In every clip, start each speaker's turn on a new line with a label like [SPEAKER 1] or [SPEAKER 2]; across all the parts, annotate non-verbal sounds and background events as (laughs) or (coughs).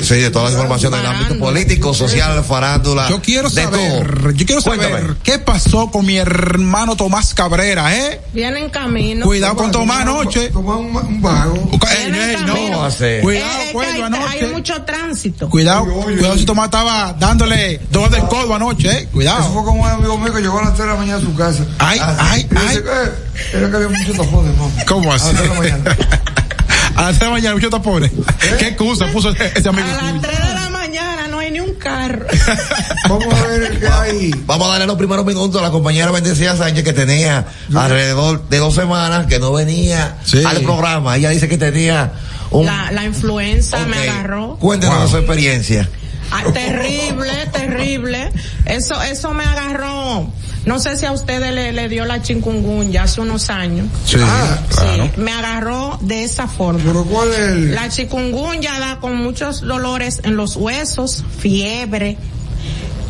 [SPEAKER 1] Sí, de toda la información del ámbito político, social, farándula.
[SPEAKER 2] Yo quiero
[SPEAKER 1] de
[SPEAKER 2] saber, yo quiero saber
[SPEAKER 1] Cuéntame.
[SPEAKER 2] qué pasó con mi hermano Tomás Cabrera, ¿eh?
[SPEAKER 3] Viene en camino.
[SPEAKER 2] Cuidado con Tomás anoche.
[SPEAKER 4] Toma un, un vago.
[SPEAKER 2] Ok,
[SPEAKER 3] Él en
[SPEAKER 2] ey,
[SPEAKER 3] camino.
[SPEAKER 2] no,
[SPEAKER 1] No, hace-
[SPEAKER 2] cuidado,
[SPEAKER 3] Es que
[SPEAKER 2] cuello
[SPEAKER 3] hay, hay
[SPEAKER 2] anoche.
[SPEAKER 3] mucho tránsito.
[SPEAKER 2] Cuidado,
[SPEAKER 4] Oye, oye,
[SPEAKER 2] cuidado
[SPEAKER 4] oye.
[SPEAKER 2] si Tomás estaba dándole dos del codo anoche, ¿eh?
[SPEAKER 4] Eso
[SPEAKER 2] Cuidado.
[SPEAKER 4] fue con un amigo mío que llegó a las 3 de la mañana a su casa. Ah,
[SPEAKER 2] Ay, ay,
[SPEAKER 4] Y dice
[SPEAKER 2] ay.
[SPEAKER 4] que era que había mucho tapón de mamá.
[SPEAKER 2] ¿Cómo
[SPEAKER 4] A
[SPEAKER 2] así?
[SPEAKER 4] las 3 de la mañana.
[SPEAKER 2] (laughs)
[SPEAKER 4] ¿Eh?
[SPEAKER 2] A las tres de la mañana, mucho tapones. ¿Qué excusa puso ese amigo?
[SPEAKER 3] A las 3 de la mañana no hay ni un carro.
[SPEAKER 4] Vamos a ver qué hay.
[SPEAKER 1] Vamos a darle los primeros minutos a la compañera Bendecida Sánchez que tenía alrededor de dos semanas que no venía
[SPEAKER 2] Sí.
[SPEAKER 1] al programa. Ella dice que tenía un...
[SPEAKER 3] La, la influenza me
[SPEAKER 1] Ok.
[SPEAKER 3] agarró.
[SPEAKER 1] Cuéntenos su experiencia.
[SPEAKER 3] Ah, terrible, terrible. Eso, eso me agarró. No sé si a ustedes le, le dio la chikungunya hace unos años.
[SPEAKER 2] Sí,
[SPEAKER 4] Ah,
[SPEAKER 3] Sí, me agarró de esa forma.
[SPEAKER 4] Pero cuál es el.
[SPEAKER 3] La chikungunya da con muchos dolores en los huesos, fiebre,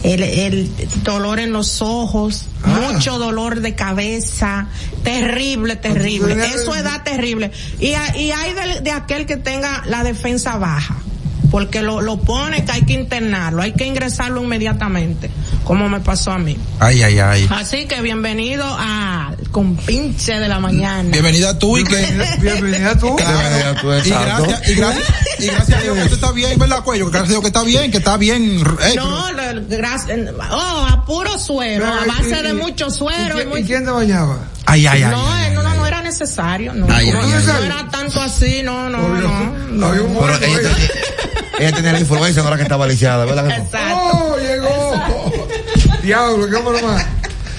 [SPEAKER 3] el, el dolor en los ojos,
[SPEAKER 4] Ah.
[SPEAKER 3] mucho dolor de cabeza, terrible, terrible.
[SPEAKER 4] Pero-
[SPEAKER 3] Eso es da terrible. Y, a- y hay del- de, aquel que tenga la defensa baja. Porque lo, lo pone que hay que internarlo, hay que ingresarlo inmediatamente, como me pasó a mí.
[SPEAKER 2] Ay, ay, ay.
[SPEAKER 3] Así que bienvenido a Compinche de la Mañana.
[SPEAKER 2] Bienvenida tú y que...
[SPEAKER 4] Bienvenida- Bienvenida tú.
[SPEAKER 1] Bienvenida tú,
[SPEAKER 2] Y
[SPEAKER 1] exacto.
[SPEAKER 2] gracias, y gracias, y gracias a Dios que usted está bien, ¿verdad, cuello? Gracias a Dios que está bien, que está bien. eh,
[SPEAKER 3] No, lo- gracias. Oh, a puro suero, a
[SPEAKER 4] Pero,
[SPEAKER 3] base
[SPEAKER 4] y-
[SPEAKER 3] de
[SPEAKER 4] y-
[SPEAKER 3] mucho suero.
[SPEAKER 4] ¿Y,
[SPEAKER 3] y
[SPEAKER 4] qui-
[SPEAKER 3] muy-
[SPEAKER 4] y quién te bañaba?
[SPEAKER 2] Ay, ay, ay.
[SPEAKER 3] no, eh, no, no, no era necesario. No,
[SPEAKER 2] Ay,
[SPEAKER 3] no,
[SPEAKER 2] ay,
[SPEAKER 3] no
[SPEAKER 4] ay.
[SPEAKER 3] era tanto así, no, no,
[SPEAKER 4] Había-
[SPEAKER 3] no.
[SPEAKER 4] había un
[SPEAKER 1] Pero
[SPEAKER 4] momento
[SPEAKER 1] ella,
[SPEAKER 4] ahí.
[SPEAKER 1] tenía, ella tenía la influencia, no era que estaba lisiada, ¿verdad? que no?
[SPEAKER 3] Exacto.
[SPEAKER 4] ¡Oh, llegó! Diablo, qué broma.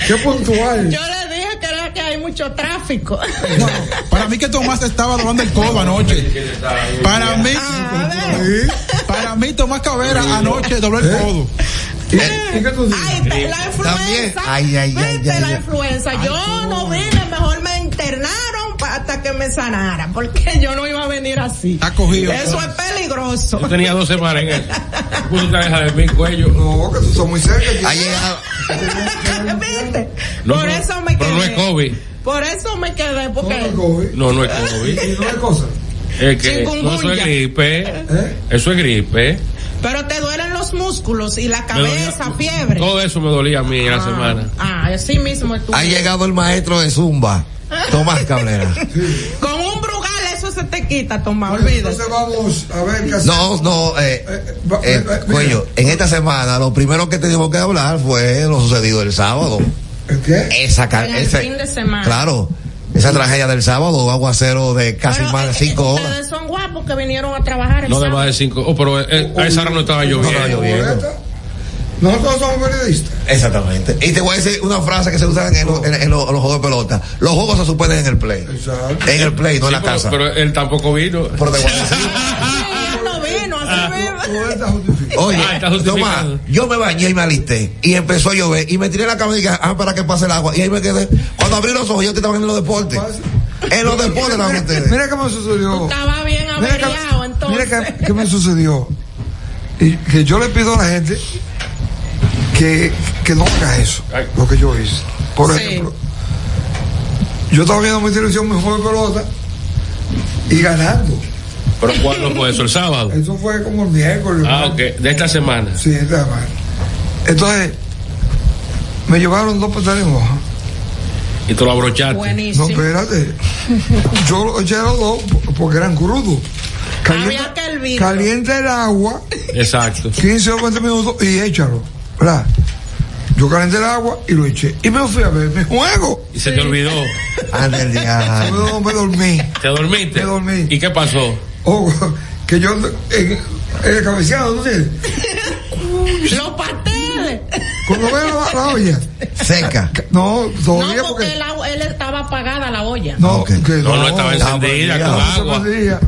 [SPEAKER 4] Qué puntual.
[SPEAKER 3] Yo le dije que era que hay mucho tráfico. (laughs)
[SPEAKER 2] No, para mí que Tomás estaba robando el codo anoche. Para mí,
[SPEAKER 3] A
[SPEAKER 1] Ah,
[SPEAKER 3] ver.
[SPEAKER 4] ¿Sí?
[SPEAKER 2] para mí Tomás Cabera anoche dobló
[SPEAKER 1] ¿Eh?
[SPEAKER 2] el codo.
[SPEAKER 4] ¿Y, y qué tú dices?
[SPEAKER 3] Ay, la influenza.
[SPEAKER 1] Ay, ay, ay,
[SPEAKER 3] Viste
[SPEAKER 1] ay,
[SPEAKER 3] la
[SPEAKER 1] ay.
[SPEAKER 3] influenza. yo no vine, mejor me internaron pa- hasta que me sanara, porque yo no iba a venir así.
[SPEAKER 2] Está cogido.
[SPEAKER 3] Eso es peligroso.
[SPEAKER 5] Yo
[SPEAKER 3] (laughs)
[SPEAKER 5] tenía dos semanas en él. Puso cabeza de mi cuello.
[SPEAKER 4] No, que tú estás muy cerca.
[SPEAKER 1] Ha
[SPEAKER 4] chico.
[SPEAKER 1] llegado,
[SPEAKER 3] (laughs) ¿Viste?
[SPEAKER 5] No,
[SPEAKER 3] Por
[SPEAKER 5] pero-
[SPEAKER 3] eso me quedé.
[SPEAKER 5] Pero no es COVID.
[SPEAKER 3] Por eso me quedé,
[SPEAKER 4] No
[SPEAKER 3] porque...
[SPEAKER 4] me coge.
[SPEAKER 5] No, no es
[SPEAKER 3] Ah. (laughs)
[SPEAKER 5] COVID.
[SPEAKER 4] Y no hay cosa.
[SPEAKER 5] Es que, no, eso
[SPEAKER 3] Chikungunya.
[SPEAKER 5] es gripe.
[SPEAKER 4] ¿Eh?
[SPEAKER 5] Eso es gripe.
[SPEAKER 3] Pero te duelen los músculos y la
[SPEAKER 5] Me dolía-
[SPEAKER 3] cabeza, fiebre.
[SPEAKER 5] Todo eso me dolía a mí en la semana.
[SPEAKER 3] Ah, así mismo estuve.
[SPEAKER 1] ha llegado el maestro de Zumba, Tomás Cabrera.
[SPEAKER 3] Con un brugal eso se te quita, Tomás, olvídate.
[SPEAKER 4] Entonces vamos a ver qué hacemos.
[SPEAKER 1] No, no, eh,
[SPEAKER 4] Eh, va-
[SPEAKER 1] eh,
[SPEAKER 4] eh, mira.
[SPEAKER 1] Cuello, en esta semana lo primero que teníamos que hablar fue lo sucedido el sábado.
[SPEAKER 4] ¿Qué?
[SPEAKER 1] Esa, ca-
[SPEAKER 3] En el
[SPEAKER 1] ese-
[SPEAKER 3] fin de semana.
[SPEAKER 1] Claro, esa tragedia del sábado, aguacero de casi
[SPEAKER 3] Pero,
[SPEAKER 1] más de
[SPEAKER 3] eh,
[SPEAKER 1] cinco
[SPEAKER 3] ustedes
[SPEAKER 1] horas.
[SPEAKER 3] son guapos que vinieron a trabajar el
[SPEAKER 5] No de
[SPEAKER 3] sábado.
[SPEAKER 5] más de cinco. Oh, pero eh, a esa hora no estaba
[SPEAKER 1] No estaba
[SPEAKER 5] lloviendo.
[SPEAKER 1] lloviendo.
[SPEAKER 4] ¿Esta? Nosotros somos periodistas.
[SPEAKER 1] Exactamente. Y te voy a decir una frase que se usa en, los- en- en los, en los juegos de pelota. Los juegos se suspenden en el play.
[SPEAKER 4] Exacto.
[SPEAKER 1] En el play, no en la
[SPEAKER 5] Pero,
[SPEAKER 1] casa.
[SPEAKER 5] pero eh, él tampoco vino.
[SPEAKER 1] Pero te voy a decir.
[SPEAKER 3] Sí, él no vino, así
[SPEAKER 4] Tú
[SPEAKER 3] mismo.
[SPEAKER 4] estás justificado.
[SPEAKER 1] Oye,
[SPEAKER 5] Ah, está
[SPEAKER 1] Tomás,
[SPEAKER 5] justificado.
[SPEAKER 1] yo me bañé y me alisté. Y empezó a llover. Y me tiré la cama y dije, ah, para que pase el agua. Y ahí me quedé. Cuando abrí los ojos, yo te estaba en los deportes. En los deportes la
[SPEAKER 4] Mira,
[SPEAKER 1] ustedes.
[SPEAKER 4] mira qué me sucedió.
[SPEAKER 3] Estaba bien
[SPEAKER 4] Mira que-
[SPEAKER 3] averiado, entonces.
[SPEAKER 4] mira que, que me sucedió. Y que yo le pido a la gente que, que no haga eso,
[SPEAKER 5] Ay.
[SPEAKER 4] lo que yo hice. Por
[SPEAKER 3] Sí.
[SPEAKER 4] ejemplo, yo estaba viendo mi televisión, mi juego de pelota, y ganando.
[SPEAKER 5] Pero ¿cuándo fue eso? El sábado.
[SPEAKER 4] Eso fue como el miércoles.
[SPEAKER 5] Ah, ok. De esta semana.
[SPEAKER 4] Sí, nada más. Entonces, me llevaron dos pantalones mojas.
[SPEAKER 5] Y tú lo abrochaste.
[SPEAKER 4] No,
[SPEAKER 3] Buenísimo.
[SPEAKER 4] espérate. Yo lo eché a los dos porque eran crudos.
[SPEAKER 3] Había que hervirlo.
[SPEAKER 4] calienta el agua. (laughs)
[SPEAKER 5] Exacto.
[SPEAKER 4] 15 o 20 minutos y échalo. ¿Verdad? Yo calenté el agua y lo eché. Y me fui a ver mi juego.
[SPEAKER 5] Y se te
[SPEAKER 4] (laughs)
[SPEAKER 5] olvidó.
[SPEAKER 1] Anda
[SPEAKER 5] (laughs)
[SPEAKER 1] el
[SPEAKER 4] Me,
[SPEAKER 1] diablo.
[SPEAKER 4] do- me dormí.
[SPEAKER 5] ¿Te dormiste?
[SPEAKER 4] Me dormí.
[SPEAKER 5] ¿Y qué pasó?
[SPEAKER 4] Oh, (laughs) que yo ando en, en el cabeceado, ¿tú entiendes?
[SPEAKER 3] Los pasteles.
[SPEAKER 4] Cuando
[SPEAKER 3] (laughs)
[SPEAKER 4] veo la, la olla.
[SPEAKER 1] Seca.
[SPEAKER 4] No,
[SPEAKER 3] No,
[SPEAKER 4] todavía
[SPEAKER 3] porque
[SPEAKER 4] porque.
[SPEAKER 3] él, él estaba apagada la olla.
[SPEAKER 4] No,
[SPEAKER 1] Ok.
[SPEAKER 4] que
[SPEAKER 5] No, no estaba
[SPEAKER 4] no,
[SPEAKER 5] encendida
[SPEAKER 1] no,
[SPEAKER 5] con
[SPEAKER 4] eso
[SPEAKER 5] agua.
[SPEAKER 4] me diga.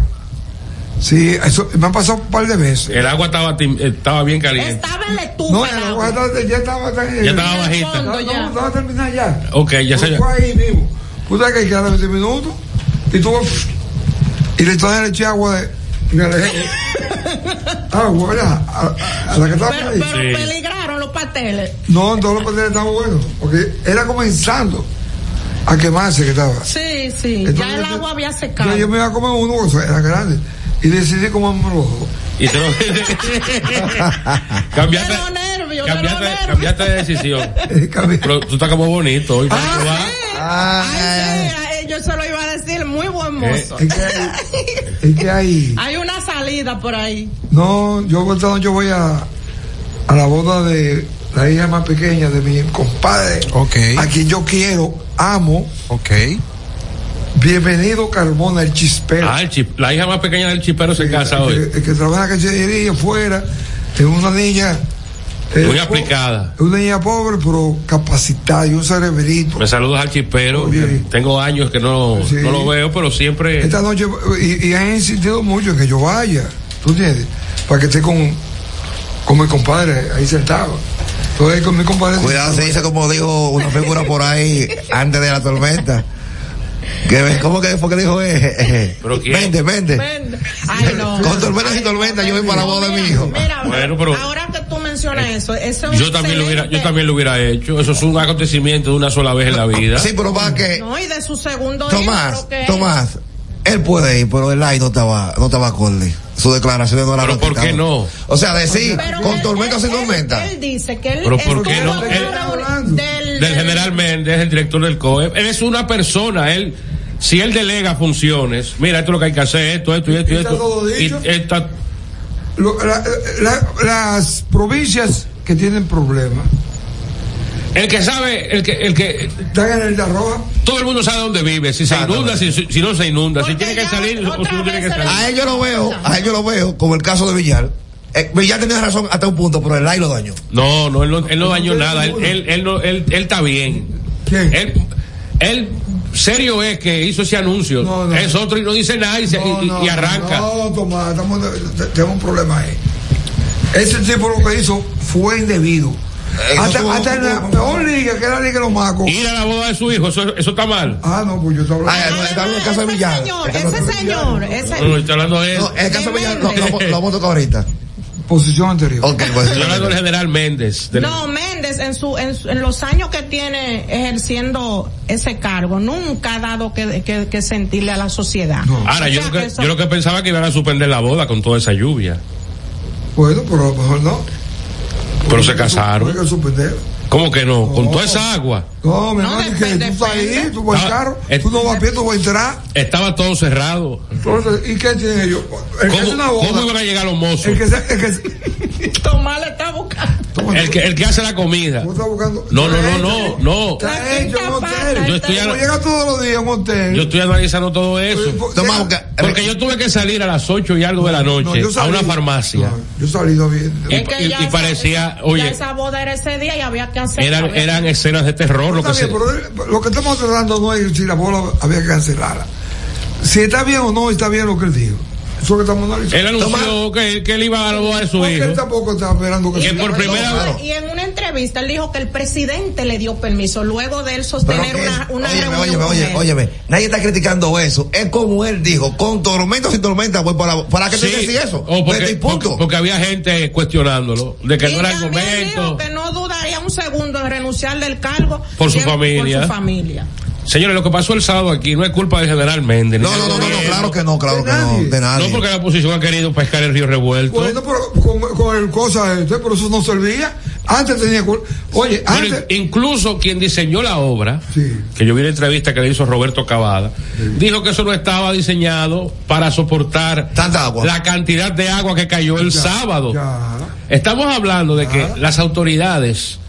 [SPEAKER 4] Sí, eso me ha pasado un par de veces.
[SPEAKER 5] El agua estaba, tim- estaba bien caliente.
[SPEAKER 3] Estaba en la estufa.
[SPEAKER 4] No,
[SPEAKER 3] el
[SPEAKER 4] el
[SPEAKER 3] agua.
[SPEAKER 4] agua estaba- ya estaba tan.
[SPEAKER 5] Ya estaba
[SPEAKER 3] el
[SPEAKER 5] bajita.
[SPEAKER 4] No,
[SPEAKER 3] fondo.
[SPEAKER 4] no, estaba terminada ya.
[SPEAKER 5] Ok, ya
[SPEAKER 4] Fue
[SPEAKER 5] se
[SPEAKER 4] ahí mismo. Tú sabes que hay que darle 20 minutos y tú vas- y le entonces le eché agua de. Me
[SPEAKER 3] (laughs)
[SPEAKER 4] alejé. Agua, ¿verdad? Ah, A, a- a la que estaba
[SPEAKER 3] Pero,
[SPEAKER 4] ahí.
[SPEAKER 3] pero
[SPEAKER 5] Sí.
[SPEAKER 3] peligraron los pasteles.
[SPEAKER 4] No, todos los pasteles estaban buenos. Porque era comenzando a quemarse que estaba.
[SPEAKER 3] Sí, sí.
[SPEAKER 4] Entonces,
[SPEAKER 3] ya el
[SPEAKER 4] yo-
[SPEAKER 3] (laughs) agua había secado.
[SPEAKER 4] Yo, yo me iba a comer uno, o sea, era grande. Y decidí comerme los dos.
[SPEAKER 5] Y te lo (laughs) cambiaste,
[SPEAKER 3] De los nervios, de
[SPEAKER 5] cambiaste,
[SPEAKER 3] los nervios.
[SPEAKER 5] cambiaste de
[SPEAKER 3] (laughs)
[SPEAKER 5] decisión. Pero tú estás como bonito hoy.
[SPEAKER 1] Ah,
[SPEAKER 5] ¿para qué va?
[SPEAKER 3] Ay, sí, ay, yo se lo iba a decir, muy buen
[SPEAKER 5] Eh,
[SPEAKER 3] mozo.
[SPEAKER 4] Es que hay, es que hay-
[SPEAKER 3] (laughs) Hay una salida por ahí.
[SPEAKER 4] No, yo esta noche voy a, a la boda de la hija más pequeña de mi compadre.
[SPEAKER 2] Ok.
[SPEAKER 4] A quien yo quiero, amo.
[SPEAKER 2] Ok.
[SPEAKER 4] Bienvenido Carbona, el chispero.
[SPEAKER 5] Ah, el chip- la hija más pequeña del chipero se casa
[SPEAKER 4] el,
[SPEAKER 5] hoy.
[SPEAKER 4] que- el que trabaja en la cancillería afuera, es una niña. eh,
[SPEAKER 5] Muy
[SPEAKER 4] po-
[SPEAKER 5] aplicada.
[SPEAKER 4] Una niña pobre, pero capacitada y un cerebrito.
[SPEAKER 5] Me saludas al chipero.
[SPEAKER 4] Oye.
[SPEAKER 5] que Tengo años que no,
[SPEAKER 4] Sí.
[SPEAKER 5] no lo veo, pero siempre.
[SPEAKER 4] Esta noche, y, y han insistido mucho en que yo vaya, ¿tú entiendes? Para que esté con, con mi compadre ahí sentado. Entonces, con mi compadre.
[SPEAKER 1] Cuidado, se dice como dijo una figura por ahí antes de la tormenta. Que, ¿Cómo que fue que dijo? Eh, eh, eh,
[SPEAKER 5] ¿Pero quién?
[SPEAKER 1] vende, vende.
[SPEAKER 3] Ven. Ay,
[SPEAKER 4] (laughs)
[SPEAKER 3] no.
[SPEAKER 1] Con tormentas y tormentas yo voy para la boda de mi hijo.
[SPEAKER 3] Mira,
[SPEAKER 5] Bueno, pero-
[SPEAKER 3] ahora que tú mencionas eso, eso es
[SPEAKER 5] Yo también, lo hubiera, yo
[SPEAKER 3] excelente.
[SPEAKER 5] también lo hubiera hecho. Eso es un acontecimiento de una sola vez en la vida.
[SPEAKER 1] Sí, pero para que
[SPEAKER 3] No, y de su segundo hijo,
[SPEAKER 1] Tomás,
[SPEAKER 3] creo que-
[SPEAKER 1] Tomás, él puede ir, pero el AI no estaba, no estaba acorde. Su declaración no la
[SPEAKER 5] Pero ¿por qué no?
[SPEAKER 1] O sea, decir
[SPEAKER 3] Pero
[SPEAKER 1] con
[SPEAKER 3] él-
[SPEAKER 1] tormenta o sin
[SPEAKER 3] él-
[SPEAKER 1] tormenta.
[SPEAKER 3] Él, él dice que él
[SPEAKER 5] Pero ¿por qué
[SPEAKER 3] estuvo
[SPEAKER 5] no?
[SPEAKER 3] en
[SPEAKER 5] Él-
[SPEAKER 3] una reunión del,
[SPEAKER 5] Del general Méndez, el director del COE. Él es una persona, él. Si él delega funciones, mira, esto es lo que hay que hacer, esto, esto y esto y
[SPEAKER 4] Está
[SPEAKER 5] esto.
[SPEAKER 4] todo
[SPEAKER 5] Y
[SPEAKER 4] dicho.
[SPEAKER 5] está-
[SPEAKER 4] Lo- la- la- las provincias que tienen problemas
[SPEAKER 5] el que sabe, el que, el que,
[SPEAKER 4] están en el de Roja.
[SPEAKER 5] todo el mundo sabe dónde vive, si se inunda, si, si no se inunda, si
[SPEAKER 3] Porque
[SPEAKER 5] tiene que
[SPEAKER 3] ya
[SPEAKER 5] salir o si
[SPEAKER 3] otra
[SPEAKER 5] no tiene que
[SPEAKER 3] vez se
[SPEAKER 5] salir.
[SPEAKER 1] A él yo lo veo, a él yo lo veo, como el caso de Villar. Eh, Villar tenía razón hasta un punto, pero el AI lo dañó.
[SPEAKER 5] No, no, él no, él no dañó
[SPEAKER 4] tiene
[SPEAKER 5] nada. Él,
[SPEAKER 4] ninguno.
[SPEAKER 5] él, él no, él, él está bien.
[SPEAKER 4] ¿Quién?
[SPEAKER 5] Él, él, serio es que hizo ese anuncio.
[SPEAKER 4] No, no.
[SPEAKER 5] Es otro y no dice nada y, se- y- y- y arranca.
[SPEAKER 4] No, Tomás, estamos, te- tenemos un problema ahí. Ese tipo lo que hizo fue indebido.
[SPEAKER 1] eso
[SPEAKER 4] Hasta,
[SPEAKER 1] tuvo-
[SPEAKER 4] hasta en la peor liga, que es la liga de los macos.
[SPEAKER 5] Ir a la boda de su hijo, eso, eso está mal.
[SPEAKER 4] Ah, no, pues yo te hablo.
[SPEAKER 1] Ah,
[SPEAKER 3] Ah,
[SPEAKER 1] no, estaba en el caso de
[SPEAKER 3] ese
[SPEAKER 1] Villar.
[SPEAKER 3] señor,
[SPEAKER 1] El caso de
[SPEAKER 3] ese señor, ese
[SPEAKER 5] No, no, estoy hablando de él.
[SPEAKER 1] No, en el caso de Villar lo,
[SPEAKER 3] Tremendo.
[SPEAKER 1] lo, lo vamos a tocar ahorita.
[SPEAKER 4] Posición anterior.
[SPEAKER 1] Ok, pues.
[SPEAKER 5] Estoy hablando del general Méndez. del-
[SPEAKER 3] No, Méndez en, su, en, su- en los años que tiene ejerciendo ese cargo nunca ha dado que, que, que sentirle a la sociedad.
[SPEAKER 5] Ahora, yo,
[SPEAKER 3] O sea,
[SPEAKER 5] lo que,
[SPEAKER 3] que eso-
[SPEAKER 5] yo lo que pensaba que iban a suspender la boda con toda esa lluvia.
[SPEAKER 4] Bueno, pero a lo mejor no.
[SPEAKER 5] Pero se casaron.
[SPEAKER 4] Porque suspender.
[SPEAKER 5] ¿Cómo que no? Con
[SPEAKER 4] No.
[SPEAKER 5] toda esa agua.
[SPEAKER 4] No, mi
[SPEAKER 3] No,
[SPEAKER 4] hermano, es que
[SPEAKER 3] depende,
[SPEAKER 4] tú estás ahí,
[SPEAKER 3] depende.
[SPEAKER 4] tú vas
[SPEAKER 5] Ah,
[SPEAKER 4] al carro,
[SPEAKER 5] es-
[SPEAKER 4] tú no vas a pie, tú vas a entrar.
[SPEAKER 5] Estaba todo cerrado.
[SPEAKER 4] Entonces, ¿y qué tienen ellos? El que hace
[SPEAKER 5] ¿Cómo,
[SPEAKER 4] una
[SPEAKER 5] cómo iban
[SPEAKER 4] boda.
[SPEAKER 5] a llegar los mozos?
[SPEAKER 4] El que se. El que se
[SPEAKER 3] Tomás le está buscando.
[SPEAKER 4] Toma,
[SPEAKER 5] El que, el que hace la comida.
[SPEAKER 4] ¿Cómo estás buscando?
[SPEAKER 5] No, no,
[SPEAKER 4] Está
[SPEAKER 5] no, no,
[SPEAKER 4] hecho,
[SPEAKER 5] no.
[SPEAKER 4] Está hecho en un hotel.
[SPEAKER 5] Yo estoy a-
[SPEAKER 4] Como llega todos los días a un hotel.
[SPEAKER 5] Yo estoy analizando todo eso.
[SPEAKER 1] Tomás,
[SPEAKER 4] Llega-
[SPEAKER 1] porque-
[SPEAKER 5] Porque yo tuve que salir a las ocho y algo de la
[SPEAKER 4] pues, No,
[SPEAKER 5] noche
[SPEAKER 4] yo
[SPEAKER 5] a
[SPEAKER 4] salí-
[SPEAKER 5] una farmacia.
[SPEAKER 4] No, yo he salido bien.
[SPEAKER 5] Y-
[SPEAKER 3] Es que ya
[SPEAKER 5] y
[SPEAKER 3] esa-
[SPEAKER 5] parecía,
[SPEAKER 3] ya
[SPEAKER 5] oye,
[SPEAKER 3] esa boda era ese día y había que hacer.
[SPEAKER 5] Eran,
[SPEAKER 3] había-
[SPEAKER 5] eran escenas de terror lo
[SPEAKER 4] Está
[SPEAKER 5] que se...
[SPEAKER 4] bien, pero lo que estamos tratando no es si la bola había que cancelarla. Si está bien o no, está bien lo que él dijo. Eso es lo que estamos analizando.
[SPEAKER 5] Él anunció que, que él iba a la boda de su
[SPEAKER 4] Porque él
[SPEAKER 5] hijo.
[SPEAKER 4] tampoco está esperando que
[SPEAKER 5] Que por
[SPEAKER 3] No,
[SPEAKER 5] primera
[SPEAKER 3] no,
[SPEAKER 5] vez.
[SPEAKER 3] Y en una entrevista él dijo que el presidente le dio permiso luego de él sostener
[SPEAKER 1] Pero
[SPEAKER 3] una,
[SPEAKER 1] es-
[SPEAKER 3] una
[SPEAKER 1] óyeme,
[SPEAKER 3] reunión.
[SPEAKER 1] óyeme,
[SPEAKER 3] con
[SPEAKER 1] óyeme,
[SPEAKER 3] él.
[SPEAKER 1] óyeme. nadie está criticando eso. Es como él dijo, con tormenta o sin tormenta, pues para, para qué
[SPEAKER 5] Sí,
[SPEAKER 1] te decís eso.
[SPEAKER 5] o porque,
[SPEAKER 1] Vete y
[SPEAKER 5] porque,
[SPEAKER 1] punto.
[SPEAKER 5] porque había gente cuestionándolo, de que
[SPEAKER 3] Y
[SPEAKER 5] no era el
[SPEAKER 3] también
[SPEAKER 5] momento.
[SPEAKER 3] dijo que no dudaría un segundo en renunciar del cargo
[SPEAKER 5] Por su
[SPEAKER 3] si él-
[SPEAKER 5] familia.
[SPEAKER 3] Por su familia.
[SPEAKER 5] Señores, lo que pasó el sábado aquí no es culpa del general Méndez. ni
[SPEAKER 1] no, no,
[SPEAKER 5] del
[SPEAKER 1] no, no, no,
[SPEAKER 5] gobierno.
[SPEAKER 1] claro que no, claro
[SPEAKER 4] De
[SPEAKER 1] que no,
[SPEAKER 4] nadie.
[SPEAKER 1] de nadie.
[SPEAKER 5] No porque la oposición ha querido pescar el río revuelto.
[SPEAKER 4] Bueno, Pues pero con, con el cosa este, pero eso no servía. Antes tenía cul-
[SPEAKER 5] Bueno,
[SPEAKER 4] Oye, antes.
[SPEAKER 5] in- incluso quien diseñó la obra,
[SPEAKER 4] Sí.
[SPEAKER 5] que yo vi la entrevista que le hizo Roberto Cavada, dijo que eso no estaba diseñado para soportar
[SPEAKER 1] Tanta agua.
[SPEAKER 5] la cantidad de agua que cayó el sábado.
[SPEAKER 4] ya.
[SPEAKER 5] Estamos hablando de que las autoridades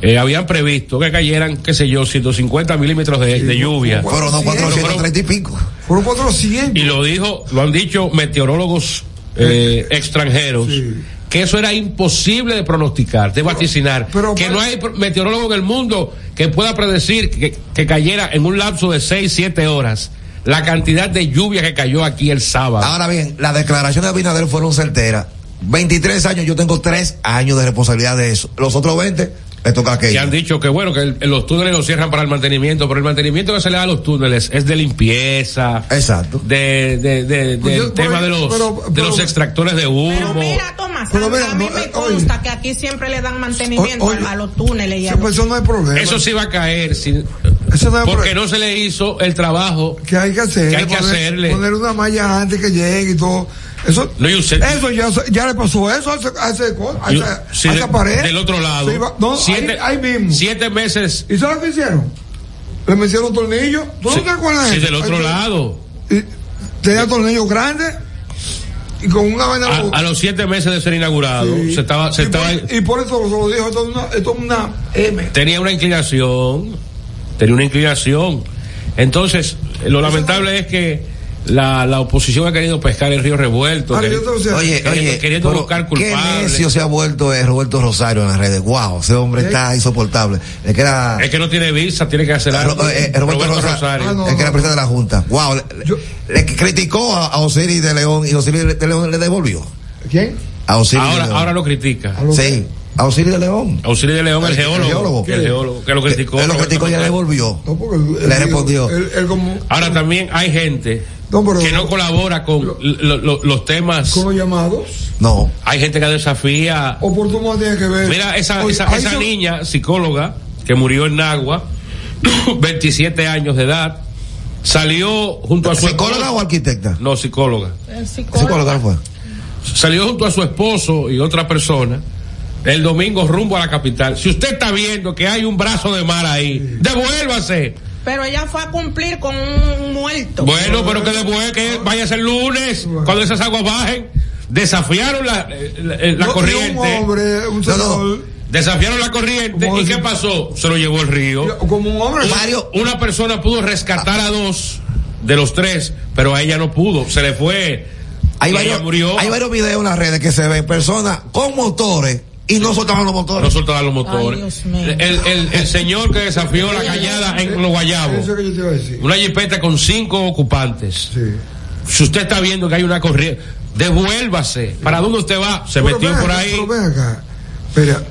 [SPEAKER 5] eh, habían previsto que cayeran, qué sé yo, 150 milímetros de, de lluvia.
[SPEAKER 1] Pero no,
[SPEAKER 4] Sí,
[SPEAKER 1] 430 y pico.
[SPEAKER 4] Fueron 400.
[SPEAKER 5] Y lo dijo, lo han dicho meteorólogos eh, extranjeros.
[SPEAKER 4] Sí.
[SPEAKER 5] Que eso era imposible de pronosticar, de vaticinar.
[SPEAKER 4] pero,
[SPEAKER 5] que
[SPEAKER 4] pero-
[SPEAKER 5] no hay pro- meteorólogo en el mundo que pueda predecir que, que cayera en un lapso de 6, 7 horas la cantidad de lluvia que cayó aquí el sábado.
[SPEAKER 1] Ahora bien, las declaraciones de Abinader fueron certeras. 23 años, yo tengo 3 años de responsabilidad de eso. Los otros 20 le toca a
[SPEAKER 5] Y
[SPEAKER 1] aquello.
[SPEAKER 5] han dicho que bueno, que el- los túneles los cierran para el mantenimiento, pero el mantenimiento que se le da a los túneles es de limpieza.
[SPEAKER 1] Exacto.
[SPEAKER 5] De, de, de- del
[SPEAKER 4] Pues yo-
[SPEAKER 5] tema
[SPEAKER 4] pero-
[SPEAKER 5] de los,
[SPEAKER 4] pero-
[SPEAKER 5] de
[SPEAKER 4] pero-
[SPEAKER 5] los extractores de
[SPEAKER 3] Pero
[SPEAKER 5] humo.
[SPEAKER 3] mira, Tomás,
[SPEAKER 4] Pero
[SPEAKER 3] a-
[SPEAKER 4] mira,
[SPEAKER 3] a mí
[SPEAKER 4] no,
[SPEAKER 3] me
[SPEAKER 4] eh,
[SPEAKER 3] consta
[SPEAKER 4] oye.
[SPEAKER 3] que aquí siempre le dan mantenimiento
[SPEAKER 4] O- oye.
[SPEAKER 3] a, a los túneles y a
[SPEAKER 4] Sí, pues
[SPEAKER 3] los...
[SPEAKER 4] eso no hay problema.
[SPEAKER 5] Eso sí va a caer sin-
[SPEAKER 4] Eso no es
[SPEAKER 5] porque
[SPEAKER 4] problema.
[SPEAKER 5] no se le hizo el trabajo
[SPEAKER 4] que hay que hacer
[SPEAKER 5] Que hay que hacerle.
[SPEAKER 4] poner una malla antes que llegue y todo Eso,
[SPEAKER 5] No hay un centro.
[SPEAKER 4] eso ya, ya le pasó eso a ese, a ese co- a
[SPEAKER 5] Yo-
[SPEAKER 4] esa-
[SPEAKER 5] sí,
[SPEAKER 4] a
[SPEAKER 5] de-
[SPEAKER 4] esa pared.
[SPEAKER 5] Del otro lado.
[SPEAKER 4] Se iba- no,
[SPEAKER 5] siete,
[SPEAKER 4] ahí, ahí mismo.
[SPEAKER 5] Siete meses.
[SPEAKER 4] ¿Y sabes qué hicieron? Le metieron tornillos. ¿Tú
[SPEAKER 5] Sí,
[SPEAKER 4] no te acuerdas? de
[SPEAKER 5] sí,
[SPEAKER 4] eso?
[SPEAKER 5] del otro
[SPEAKER 4] Ahí-
[SPEAKER 5] lado.
[SPEAKER 4] y tenía tornillos grandes y con una vaina
[SPEAKER 5] A, a los siete meses de ser inaugurado,
[SPEAKER 4] Sí. pues.
[SPEAKER 5] se estaba, Ah, se
[SPEAKER 4] y,
[SPEAKER 5] estaba,
[SPEAKER 4] por, y por eso se lo dijo esto es una, esto es una M
[SPEAKER 5] tenía una inclinación, tenía una inclinación. Entonces, lo lamentable es que la, la oposición ha querido pescar el río revuelto.
[SPEAKER 4] Ahora,
[SPEAKER 5] queri-
[SPEAKER 4] yo te voy a decir,
[SPEAKER 1] Oye,
[SPEAKER 5] Queriendo-
[SPEAKER 1] oye,
[SPEAKER 5] queriendo
[SPEAKER 1] pero
[SPEAKER 5] buscar
[SPEAKER 1] qué
[SPEAKER 5] culpables.
[SPEAKER 1] necio se ha vuelto eh, Roberto Rosario en las redes. Wow, ese
[SPEAKER 4] ¿Eh?
[SPEAKER 1] hombre está insoportable. Es que era
[SPEAKER 5] es que no tiene visa, tiene que hacer
[SPEAKER 1] Ro-
[SPEAKER 5] algo.
[SPEAKER 1] eh, eh, Roberto, Rosa-
[SPEAKER 5] Rosario.
[SPEAKER 4] Ah, no.
[SPEAKER 1] el que era presidente de la Junta. Wow, le, le-
[SPEAKER 4] Yo-
[SPEAKER 1] le criticó a, a Osiris de León y Osiris de León le devolvió.
[SPEAKER 4] ¿quién?
[SPEAKER 1] A Osiris
[SPEAKER 5] ahora,
[SPEAKER 1] de León.
[SPEAKER 5] ahora lo critica.
[SPEAKER 1] Sí, a Osiris de León.
[SPEAKER 5] Auxilio de León, el
[SPEAKER 1] El
[SPEAKER 5] geólogo.
[SPEAKER 1] geólogo.
[SPEAKER 5] El geólogo, que lo criticó.
[SPEAKER 1] Él lo
[SPEAKER 5] Roberto
[SPEAKER 1] criticó y le
[SPEAKER 5] Rosario.
[SPEAKER 1] devolvió.
[SPEAKER 4] No, porque él- él
[SPEAKER 1] le
[SPEAKER 4] dijo-
[SPEAKER 1] respondió.
[SPEAKER 4] él- él como-
[SPEAKER 5] Ahora también hay gente
[SPEAKER 4] No, pero-
[SPEAKER 5] que no colabora con lo- lo- los temas.
[SPEAKER 4] con los llamados
[SPEAKER 1] No.
[SPEAKER 5] Hay gente que desafía.
[SPEAKER 4] o por tu modo tiene que ver
[SPEAKER 5] Mira, esa,
[SPEAKER 4] Oye,
[SPEAKER 5] esa,
[SPEAKER 4] ahí
[SPEAKER 5] esa
[SPEAKER 4] se-
[SPEAKER 5] niña psicóloga que murió en Nagua, (coughs) 27 años de edad, salió junto a su
[SPEAKER 1] ¿Psicóloga o
[SPEAKER 5] esposo.
[SPEAKER 1] arquitecta?
[SPEAKER 5] No, psicóloga.
[SPEAKER 3] El
[SPEAKER 1] Psicóloga fue.
[SPEAKER 5] Salió junto a su esposo y otra persona el domingo rumbo a la capital. Si usted está viendo que hay un brazo de mar ahí, devuélvase.
[SPEAKER 3] Pero ella fue a cumplir con un muerto.
[SPEAKER 5] Bueno, pero que después que vaya a ser lunes, cuando esas aguas bajen, desafiaron la, eh, la, eh, la
[SPEAKER 4] No, un
[SPEAKER 5] corriente.
[SPEAKER 4] hombre un
[SPEAKER 1] No, no.
[SPEAKER 4] señor
[SPEAKER 5] Desafiaron la corriente
[SPEAKER 4] ¿Cómo
[SPEAKER 5] y
[SPEAKER 4] así?
[SPEAKER 5] ¿qué pasó? Se lo llevó el río.
[SPEAKER 4] como un hombre
[SPEAKER 1] Mario,
[SPEAKER 5] Una persona pudo rescatar a dos de los tres, pero a ella no pudo, se le fue.
[SPEAKER 1] hay
[SPEAKER 5] Y ella
[SPEAKER 1] varios,
[SPEAKER 5] murió.
[SPEAKER 1] hay varios videos en las redes que se ven personas con motores y no soltaban los
[SPEAKER 5] No
[SPEAKER 1] motores.
[SPEAKER 5] soltaban los
[SPEAKER 3] Ay,
[SPEAKER 5] motores.
[SPEAKER 3] Dios mío.
[SPEAKER 5] el, el- el señor que desafió la cañada en los guayabos.
[SPEAKER 4] Eh, eso es que yo te iba a decir
[SPEAKER 5] Una jipeta con cinco ocupantes.
[SPEAKER 4] sí.
[SPEAKER 5] Si usted está viendo que hay una corriente, devuélvase. ¿Para dónde usted va? Se
[SPEAKER 4] Pero
[SPEAKER 5] metió
[SPEAKER 4] ven
[SPEAKER 5] por
[SPEAKER 4] acá,
[SPEAKER 5] ahí.
[SPEAKER 4] pero ven acá. Mira,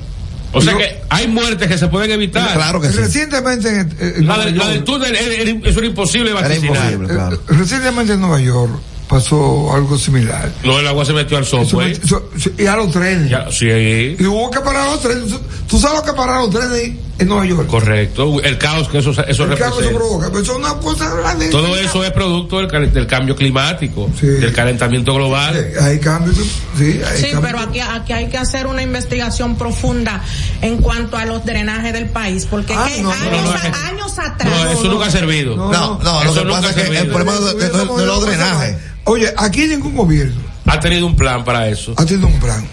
[SPEAKER 5] O sea
[SPEAKER 4] yo-
[SPEAKER 5] que hay muertes que se pueden evitar.
[SPEAKER 1] Claro que sí.
[SPEAKER 4] recientemente en, eh, en- en
[SPEAKER 5] La,
[SPEAKER 4] Nueva
[SPEAKER 5] de- la
[SPEAKER 4] York-
[SPEAKER 5] del túnel era- era- eso era imposible
[SPEAKER 1] Era
[SPEAKER 5] vaticinar.
[SPEAKER 1] imposible,
[SPEAKER 4] Eh,
[SPEAKER 1] claro.
[SPEAKER 4] Recientemente en Nueva York pasó algo similar.
[SPEAKER 5] No, el agua se metió al
[SPEAKER 4] Sobre-
[SPEAKER 5] subway.
[SPEAKER 4] so- so- y a los trenes.
[SPEAKER 5] Ya, sí,
[SPEAKER 4] Y hubo que parar los trenes. Tú- Tú sabes que pararon los trenes en Nueva York.
[SPEAKER 5] correcto. El caos que eso, eso
[SPEAKER 4] El cambio se
[SPEAKER 5] representa.
[SPEAKER 4] provoca. Pero eso es una cosa grande.
[SPEAKER 5] Todo eso es producto del, cal- del cambio climático,
[SPEAKER 4] Sí.
[SPEAKER 5] del calentamiento global.
[SPEAKER 4] Eh, Hay cambios. Sí, hay
[SPEAKER 3] Sí,
[SPEAKER 4] cambios.
[SPEAKER 3] pero aquí, aquí hay que hacer una investigación profunda en cuanto a los drenajes del país, porque es
[SPEAKER 4] Ah,
[SPEAKER 3] que
[SPEAKER 4] no,
[SPEAKER 3] años,
[SPEAKER 4] no, no,
[SPEAKER 3] a-
[SPEAKER 5] es-
[SPEAKER 3] años atrás.
[SPEAKER 5] No, eso nunca ha servido.
[SPEAKER 4] No,
[SPEAKER 1] No, no, lo
[SPEAKER 5] Eso
[SPEAKER 1] que
[SPEAKER 5] nunca
[SPEAKER 1] pasa es
[SPEAKER 5] se
[SPEAKER 1] que
[SPEAKER 5] mide.
[SPEAKER 1] el problema de, de- de- de los drenajes.
[SPEAKER 4] Oye, aquí ningún gobierno
[SPEAKER 5] Ha tenido un plan para eso.
[SPEAKER 4] ha tenido un plan.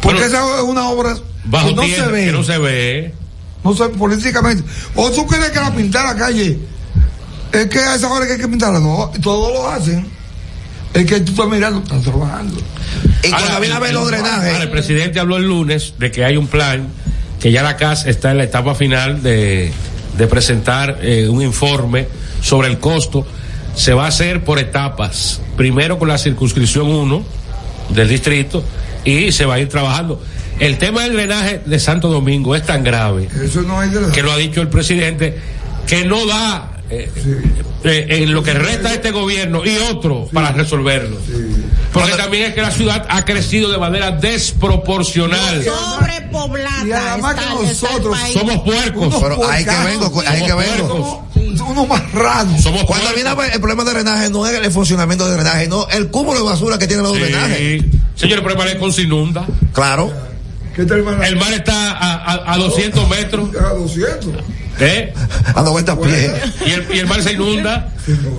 [SPEAKER 4] Porque
[SPEAKER 5] Pero-
[SPEAKER 4] esa es una obra
[SPEAKER 5] Bajo
[SPEAKER 4] que no
[SPEAKER 5] tierra,
[SPEAKER 4] se ve.
[SPEAKER 5] que no se ve.
[SPEAKER 4] No sé, políticamente. O tú crees que la pintar la calle es que a esa hora que hay que pintarla. No, todos lo hacen. Es que tú estás mirando, están trabajando.
[SPEAKER 1] Y cuando
[SPEAKER 5] Ahora,
[SPEAKER 1] viene a ver
[SPEAKER 5] Ah, el-
[SPEAKER 1] los
[SPEAKER 5] ahora, el
[SPEAKER 1] drenajes,
[SPEAKER 5] presidente habló el lunes de que hay un plan, que ya la CAS está en la etapa final de, de presentar eh, un informe sobre el costo. Se va a hacer por etapas. Primero con la circunscripción 1 del distrito y se va a ir trabajando. El tema del drenaje de Santo Domingo es tan grave
[SPEAKER 4] Eso no es de la.
[SPEAKER 5] que lo ha dicho el presidente, que no da eh, eh, en lo que resta de este gobierno y otro para resolverlo. Porque también es que la ciudad ha crecido de manera desproporcional.
[SPEAKER 4] Y
[SPEAKER 3] Sobrepoblada
[SPEAKER 4] además que
[SPEAKER 3] está, está el
[SPEAKER 4] nosotros
[SPEAKER 3] país.
[SPEAKER 5] Somos puercos.
[SPEAKER 4] Unos
[SPEAKER 1] pero ahí que
[SPEAKER 4] porcajos,
[SPEAKER 1] vengo, cu- ahí que
[SPEAKER 5] somos
[SPEAKER 1] vengo.
[SPEAKER 5] puercos.
[SPEAKER 4] Uno más raro.
[SPEAKER 5] Somos
[SPEAKER 1] Cuando viene a
[SPEAKER 5] puercos.
[SPEAKER 1] ver el problema de drenaje, no es el funcionamiento de drenaje, no el cúmulo de basura que tienen los drenajes.
[SPEAKER 5] Sí. Señor, el problema es con se inunda.
[SPEAKER 1] Claro.
[SPEAKER 4] ¿Qué tal, hermana?
[SPEAKER 5] El mar está a, a- a 200 metros.
[SPEAKER 4] A 200.
[SPEAKER 5] ¿eh?
[SPEAKER 1] A 90 pies.
[SPEAKER 5] Y el, y el mar se inunda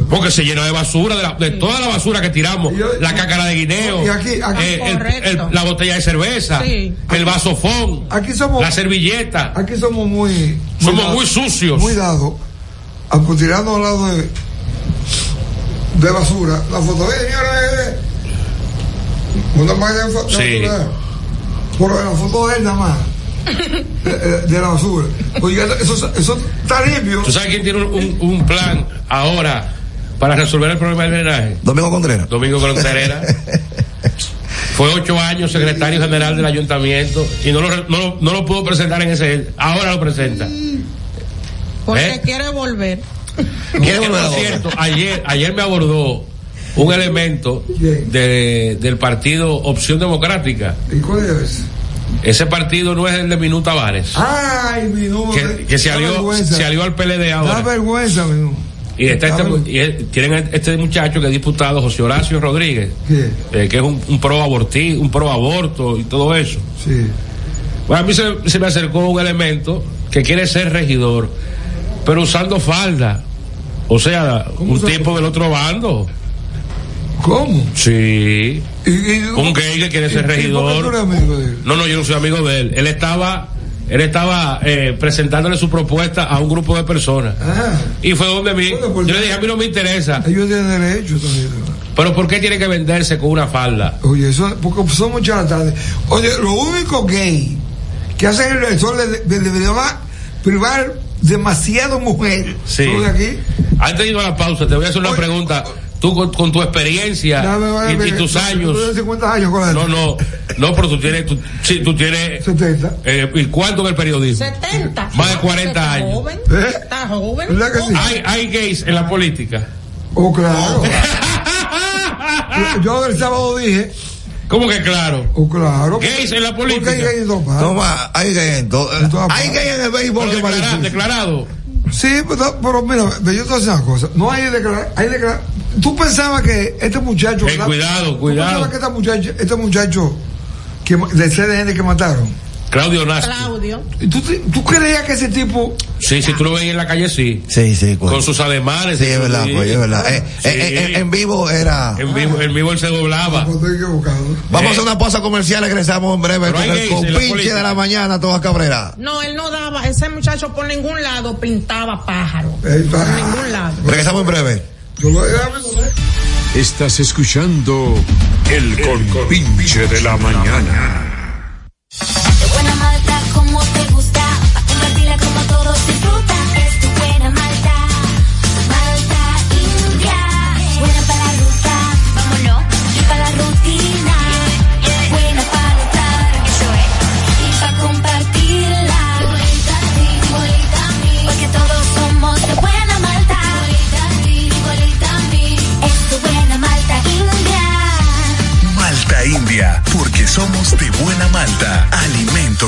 [SPEAKER 5] porque se llena de basura, de, la- de toda la basura que tiramos. La cácara de guineo,
[SPEAKER 4] Y aquí- aquí-
[SPEAKER 5] eh, el-
[SPEAKER 3] Correcto.
[SPEAKER 5] el- la botella de cerveza,
[SPEAKER 3] Sí.
[SPEAKER 5] el vasofón,
[SPEAKER 4] Aquí somos-
[SPEAKER 5] la servilleta.
[SPEAKER 4] Aquí somos muy. muy
[SPEAKER 5] Somos
[SPEAKER 4] dados-
[SPEAKER 5] muy sucios.
[SPEAKER 4] Muy dados. A pues, tirarnos al lado de. de basura. La foto. Eh, señora, eh, eh. Una máquina de foto.
[SPEAKER 5] Sí.
[SPEAKER 4] Por la foto de él nada más. De, de- de la basura. Oiga, eso, eso está limpio.
[SPEAKER 5] ¿Tú sabes quién tiene un, un- un plan ahora para resolver el problema del drenaje?
[SPEAKER 1] Domingo Contreras.
[SPEAKER 5] Domingo Contreras.
[SPEAKER 1] (laughs)
[SPEAKER 5] Fue ocho años secretario general del ayuntamiento y no lo, re- no lo- no lo pudo presentar en ese. Ahora lo presenta.
[SPEAKER 3] Porque
[SPEAKER 5] ¿Eh?
[SPEAKER 3] quiere volver.
[SPEAKER 1] ¿Quiere
[SPEAKER 5] Que, por
[SPEAKER 1] volver a Domingo?
[SPEAKER 5] cierto, ayer, ayer me abordó un elemento de- del partido Opción Democrática.
[SPEAKER 4] ¿Y cuál es? Ah,
[SPEAKER 5] Ese partido no es el de Minú Tavares,
[SPEAKER 4] Ay, mi no.
[SPEAKER 5] que, que se,
[SPEAKER 4] da
[SPEAKER 5] alió,
[SPEAKER 4] vergüenza.
[SPEAKER 5] se alió al PLD
[SPEAKER 4] Da
[SPEAKER 5] ahora.
[SPEAKER 4] vergüenza, mi no.
[SPEAKER 5] Y, está este mu- y él- tienen a este muchacho que es diputado José Horacio Rodríguez,
[SPEAKER 4] Sí.
[SPEAKER 5] eh, que es un, un pro aborti, un pro aborto y todo eso.
[SPEAKER 4] Sí.
[SPEAKER 5] Pues a mí se, se me acercó un elemento que quiere ser regidor, pero usando falda. O sea, un tipo del otro bando.
[SPEAKER 4] ¿Cómo?
[SPEAKER 5] Sí.
[SPEAKER 4] ¿Y, y-
[SPEAKER 5] Un gay que quiere ser
[SPEAKER 4] ¿Y por qué
[SPEAKER 5] regidor.
[SPEAKER 4] tú eres amigo de él?
[SPEAKER 5] No, no, yo no soy amigo de él. Él estaba, él estaba eh, presentándole su propuesta a un grupo de personas.
[SPEAKER 4] Ah,
[SPEAKER 5] Y fue donde mí.
[SPEAKER 4] Bueno, pues-
[SPEAKER 5] yo le dije, a mí no me interesa.
[SPEAKER 4] ellos tienen derecho también. ¿no?
[SPEAKER 5] Pero ¿por qué tiene que venderse con una falda?
[SPEAKER 4] Oye, eso, porque somos charlatanes. Oye, lo único gay que hacen el elector le, le debería va- privar demasiado mujer.
[SPEAKER 5] Sí.
[SPEAKER 4] ¿Tú de aquí?
[SPEAKER 5] Antes de ir a la pausa, te voy a hacer una
[SPEAKER 4] Oye,
[SPEAKER 5] pregunta. Tú con, con tu experiencia
[SPEAKER 4] Dame, vale,
[SPEAKER 5] y- y,
[SPEAKER 4] mire,
[SPEAKER 5] tus
[SPEAKER 4] tú-
[SPEAKER 5] años.
[SPEAKER 4] Tú tienes 50 años con la
[SPEAKER 5] No, no, no, pero tú tienes, tú, sí, tú tienes.
[SPEAKER 4] 70.
[SPEAKER 5] eh, ¿Y cuánto en el periodismo?
[SPEAKER 3] 70.
[SPEAKER 5] Más de 40
[SPEAKER 3] Está
[SPEAKER 5] años.
[SPEAKER 3] Joven,
[SPEAKER 4] ¿Eh?
[SPEAKER 3] Está joven.
[SPEAKER 4] ¿Verdad que sí?
[SPEAKER 5] Hay, hay gays en la política.
[SPEAKER 4] Oh, claro. Yo- Yo el sábado dije,
[SPEAKER 5] ¿Cómo que claro?
[SPEAKER 4] oh, claro.
[SPEAKER 5] Gays en la
[SPEAKER 4] Porque hay
[SPEAKER 5] política.
[SPEAKER 4] gays en todas partes.
[SPEAKER 1] Toma, hay que en todo-
[SPEAKER 4] En todas
[SPEAKER 1] Hay que en el béisbol
[SPEAKER 5] Pero
[SPEAKER 1] que
[SPEAKER 5] declara-
[SPEAKER 1] parece.
[SPEAKER 5] declarado.
[SPEAKER 4] Sí, pero, pero mira, ve, yo te voy a decir una cosa. No hay declarar, hay declarar. Tú pensabas que este muchacho.
[SPEAKER 5] Eh, cuidado,
[SPEAKER 4] ¿tú
[SPEAKER 5] cuidado.
[SPEAKER 4] pensabas que este muchacho, este muchacho que, ma- del CDN que mataron.
[SPEAKER 5] Claudio Nasco.
[SPEAKER 3] Claudio.
[SPEAKER 4] ¿Y ¿Tú, te- tú creías que ese tipo.
[SPEAKER 5] Sí, si tú lo veías en la calle, sí.
[SPEAKER 1] Sí, sí, coño.
[SPEAKER 5] Con sus ademanes.
[SPEAKER 1] Sí, es verdad,
[SPEAKER 5] Sí.
[SPEAKER 1] coño, es verdad. Eh,
[SPEAKER 5] Sí.
[SPEAKER 1] eh, eh, eh, en vivo era.
[SPEAKER 5] En vivo, en vivo él se doblaba.
[SPEAKER 4] No, estoy equivocado.
[SPEAKER 1] Vamos
[SPEAKER 5] Eh.
[SPEAKER 1] a hacer una pausa comercial, regresamos en breve
[SPEAKER 5] Pero
[SPEAKER 1] con
[SPEAKER 5] hay
[SPEAKER 1] el
[SPEAKER 5] gays en la
[SPEAKER 1] compinche
[SPEAKER 5] política.
[SPEAKER 1] de la mañana, Tomás Cabrera.
[SPEAKER 3] No, él no daba, ese muchacho por ningún lado pintaba pájaro.
[SPEAKER 4] Ahí está.
[SPEAKER 3] Por ningún lado.
[SPEAKER 1] Regresamos en breve.
[SPEAKER 4] Yo lo déjame con él.
[SPEAKER 6] Estás escuchando El Compinche de la Mañana.
[SPEAKER 7] De (laughs) buena malta como te gusta, pa compartirla como todos disfrutan. Es tu buena malta, malta india. Buena para la ruta, vámonos. Y para la rutina, buena para notar. Eso es. Y para compartirla, igualita a ti, igualita a mí. Porque todos somos de buena malta. Igualita a ti, igualita a mí. Es tu buena malta india.
[SPEAKER 8] Malta India, porque somos de buena malta, alimento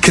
[SPEAKER 9] Que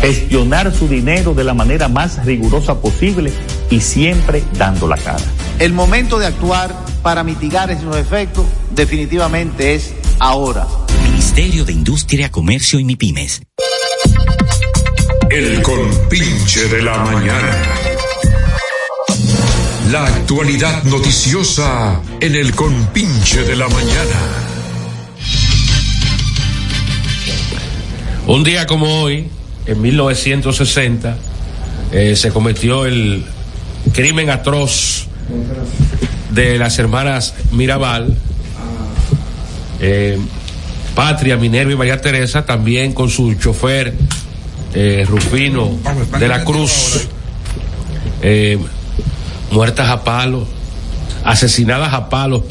[SPEAKER 10] Gestionar su dinero de la manera más rigurosa posible y siempre dando la cara.
[SPEAKER 11] El momento de actuar para mitigar esos efectos definitivamente es ahora.
[SPEAKER 9] Ministerio de Industria, Comercio y MIPIMES.
[SPEAKER 6] El Compinche de la Mañana. La actualidad noticiosa en El Compinche de la Mañana.
[SPEAKER 5] Un día como hoy, en 1960, eh, se cometió el crimen atroz de las hermanas Mirabal, eh, Patria, Minerva y María Teresa, también con su chofer eh, Rufino de la Cruz, eh, muertas a palos, asesinadas a palos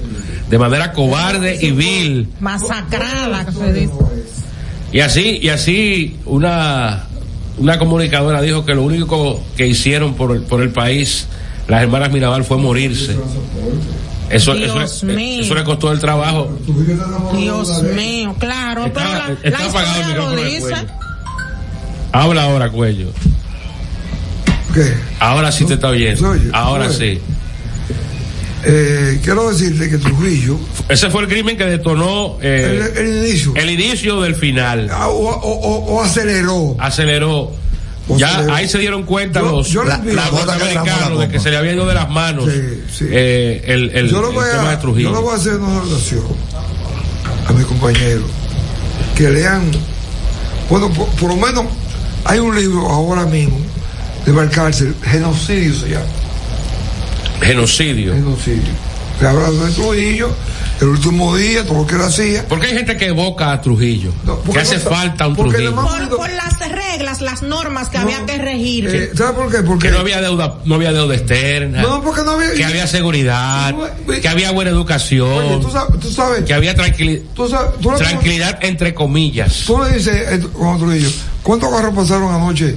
[SPEAKER 5] de manera cobarde y vil.
[SPEAKER 3] Masacrada, que se dice.
[SPEAKER 5] Y así, y así una, una comunicadora dijo que lo único que hicieron por el, por el país las hermanas Mirabal fue morirse. Eso, eso,
[SPEAKER 3] Dios mío.
[SPEAKER 5] eso le costó el trabajo.
[SPEAKER 3] Dios mío, claro.
[SPEAKER 5] Está-
[SPEAKER 3] pero la,
[SPEAKER 5] está
[SPEAKER 3] la
[SPEAKER 5] apagado el
[SPEAKER 3] historia lo
[SPEAKER 5] micrófono de
[SPEAKER 3] dice.
[SPEAKER 5] cuello. Habla ahora, cuello. Ahora sí te está oyendo. Ahora sí.
[SPEAKER 4] Eh, quiero decirte que Trujillo
[SPEAKER 5] Ese fue el crimen que detonó eh,
[SPEAKER 4] El- inicio. Ah,
[SPEAKER 5] del final.
[SPEAKER 4] o, o- o aceleró.
[SPEAKER 5] Aceleró. ya ahí se dieron cuenta los,
[SPEAKER 4] yo le
[SPEAKER 5] la-
[SPEAKER 4] envío-
[SPEAKER 5] los
[SPEAKER 4] La gota que derramó la
[SPEAKER 5] norteamericanos de que se le había ido de las manos eh, el, el-
[SPEAKER 4] yo, lo
[SPEAKER 5] el
[SPEAKER 4] voy
[SPEAKER 5] tema
[SPEAKER 4] a,
[SPEAKER 5] de Trujillo.
[SPEAKER 4] yo le voy a hacer una oración a mis compañeros que lean, bueno, por, por lo menos hay un libro ahora mismo de Valcárcel, Genocidio se llama.
[SPEAKER 5] Genocidio.
[SPEAKER 4] Genocidio. Que habla de Trujillo, el último día, todo lo que él hacía.
[SPEAKER 5] Porque hay gente que evoca a Trujillo. que hace falta un Trujillo.
[SPEAKER 3] Por, por las reglas, las normas que había que regir.
[SPEAKER 4] ¿Sabes eh, por qué? Porque
[SPEAKER 5] que no había deuda, no había deuda externa.
[SPEAKER 4] No, porque no había- eh,
[SPEAKER 5] Que había seguridad, que había buena educación.
[SPEAKER 4] Oye, tú sabes- tú sabes-
[SPEAKER 5] que había tranquilidad.
[SPEAKER 4] tú lo-
[SPEAKER 5] tranquilidad entre comillas.
[SPEAKER 4] Tú le dices, eh, Juan Trujillo, ¿cuántos carros pasaron anoche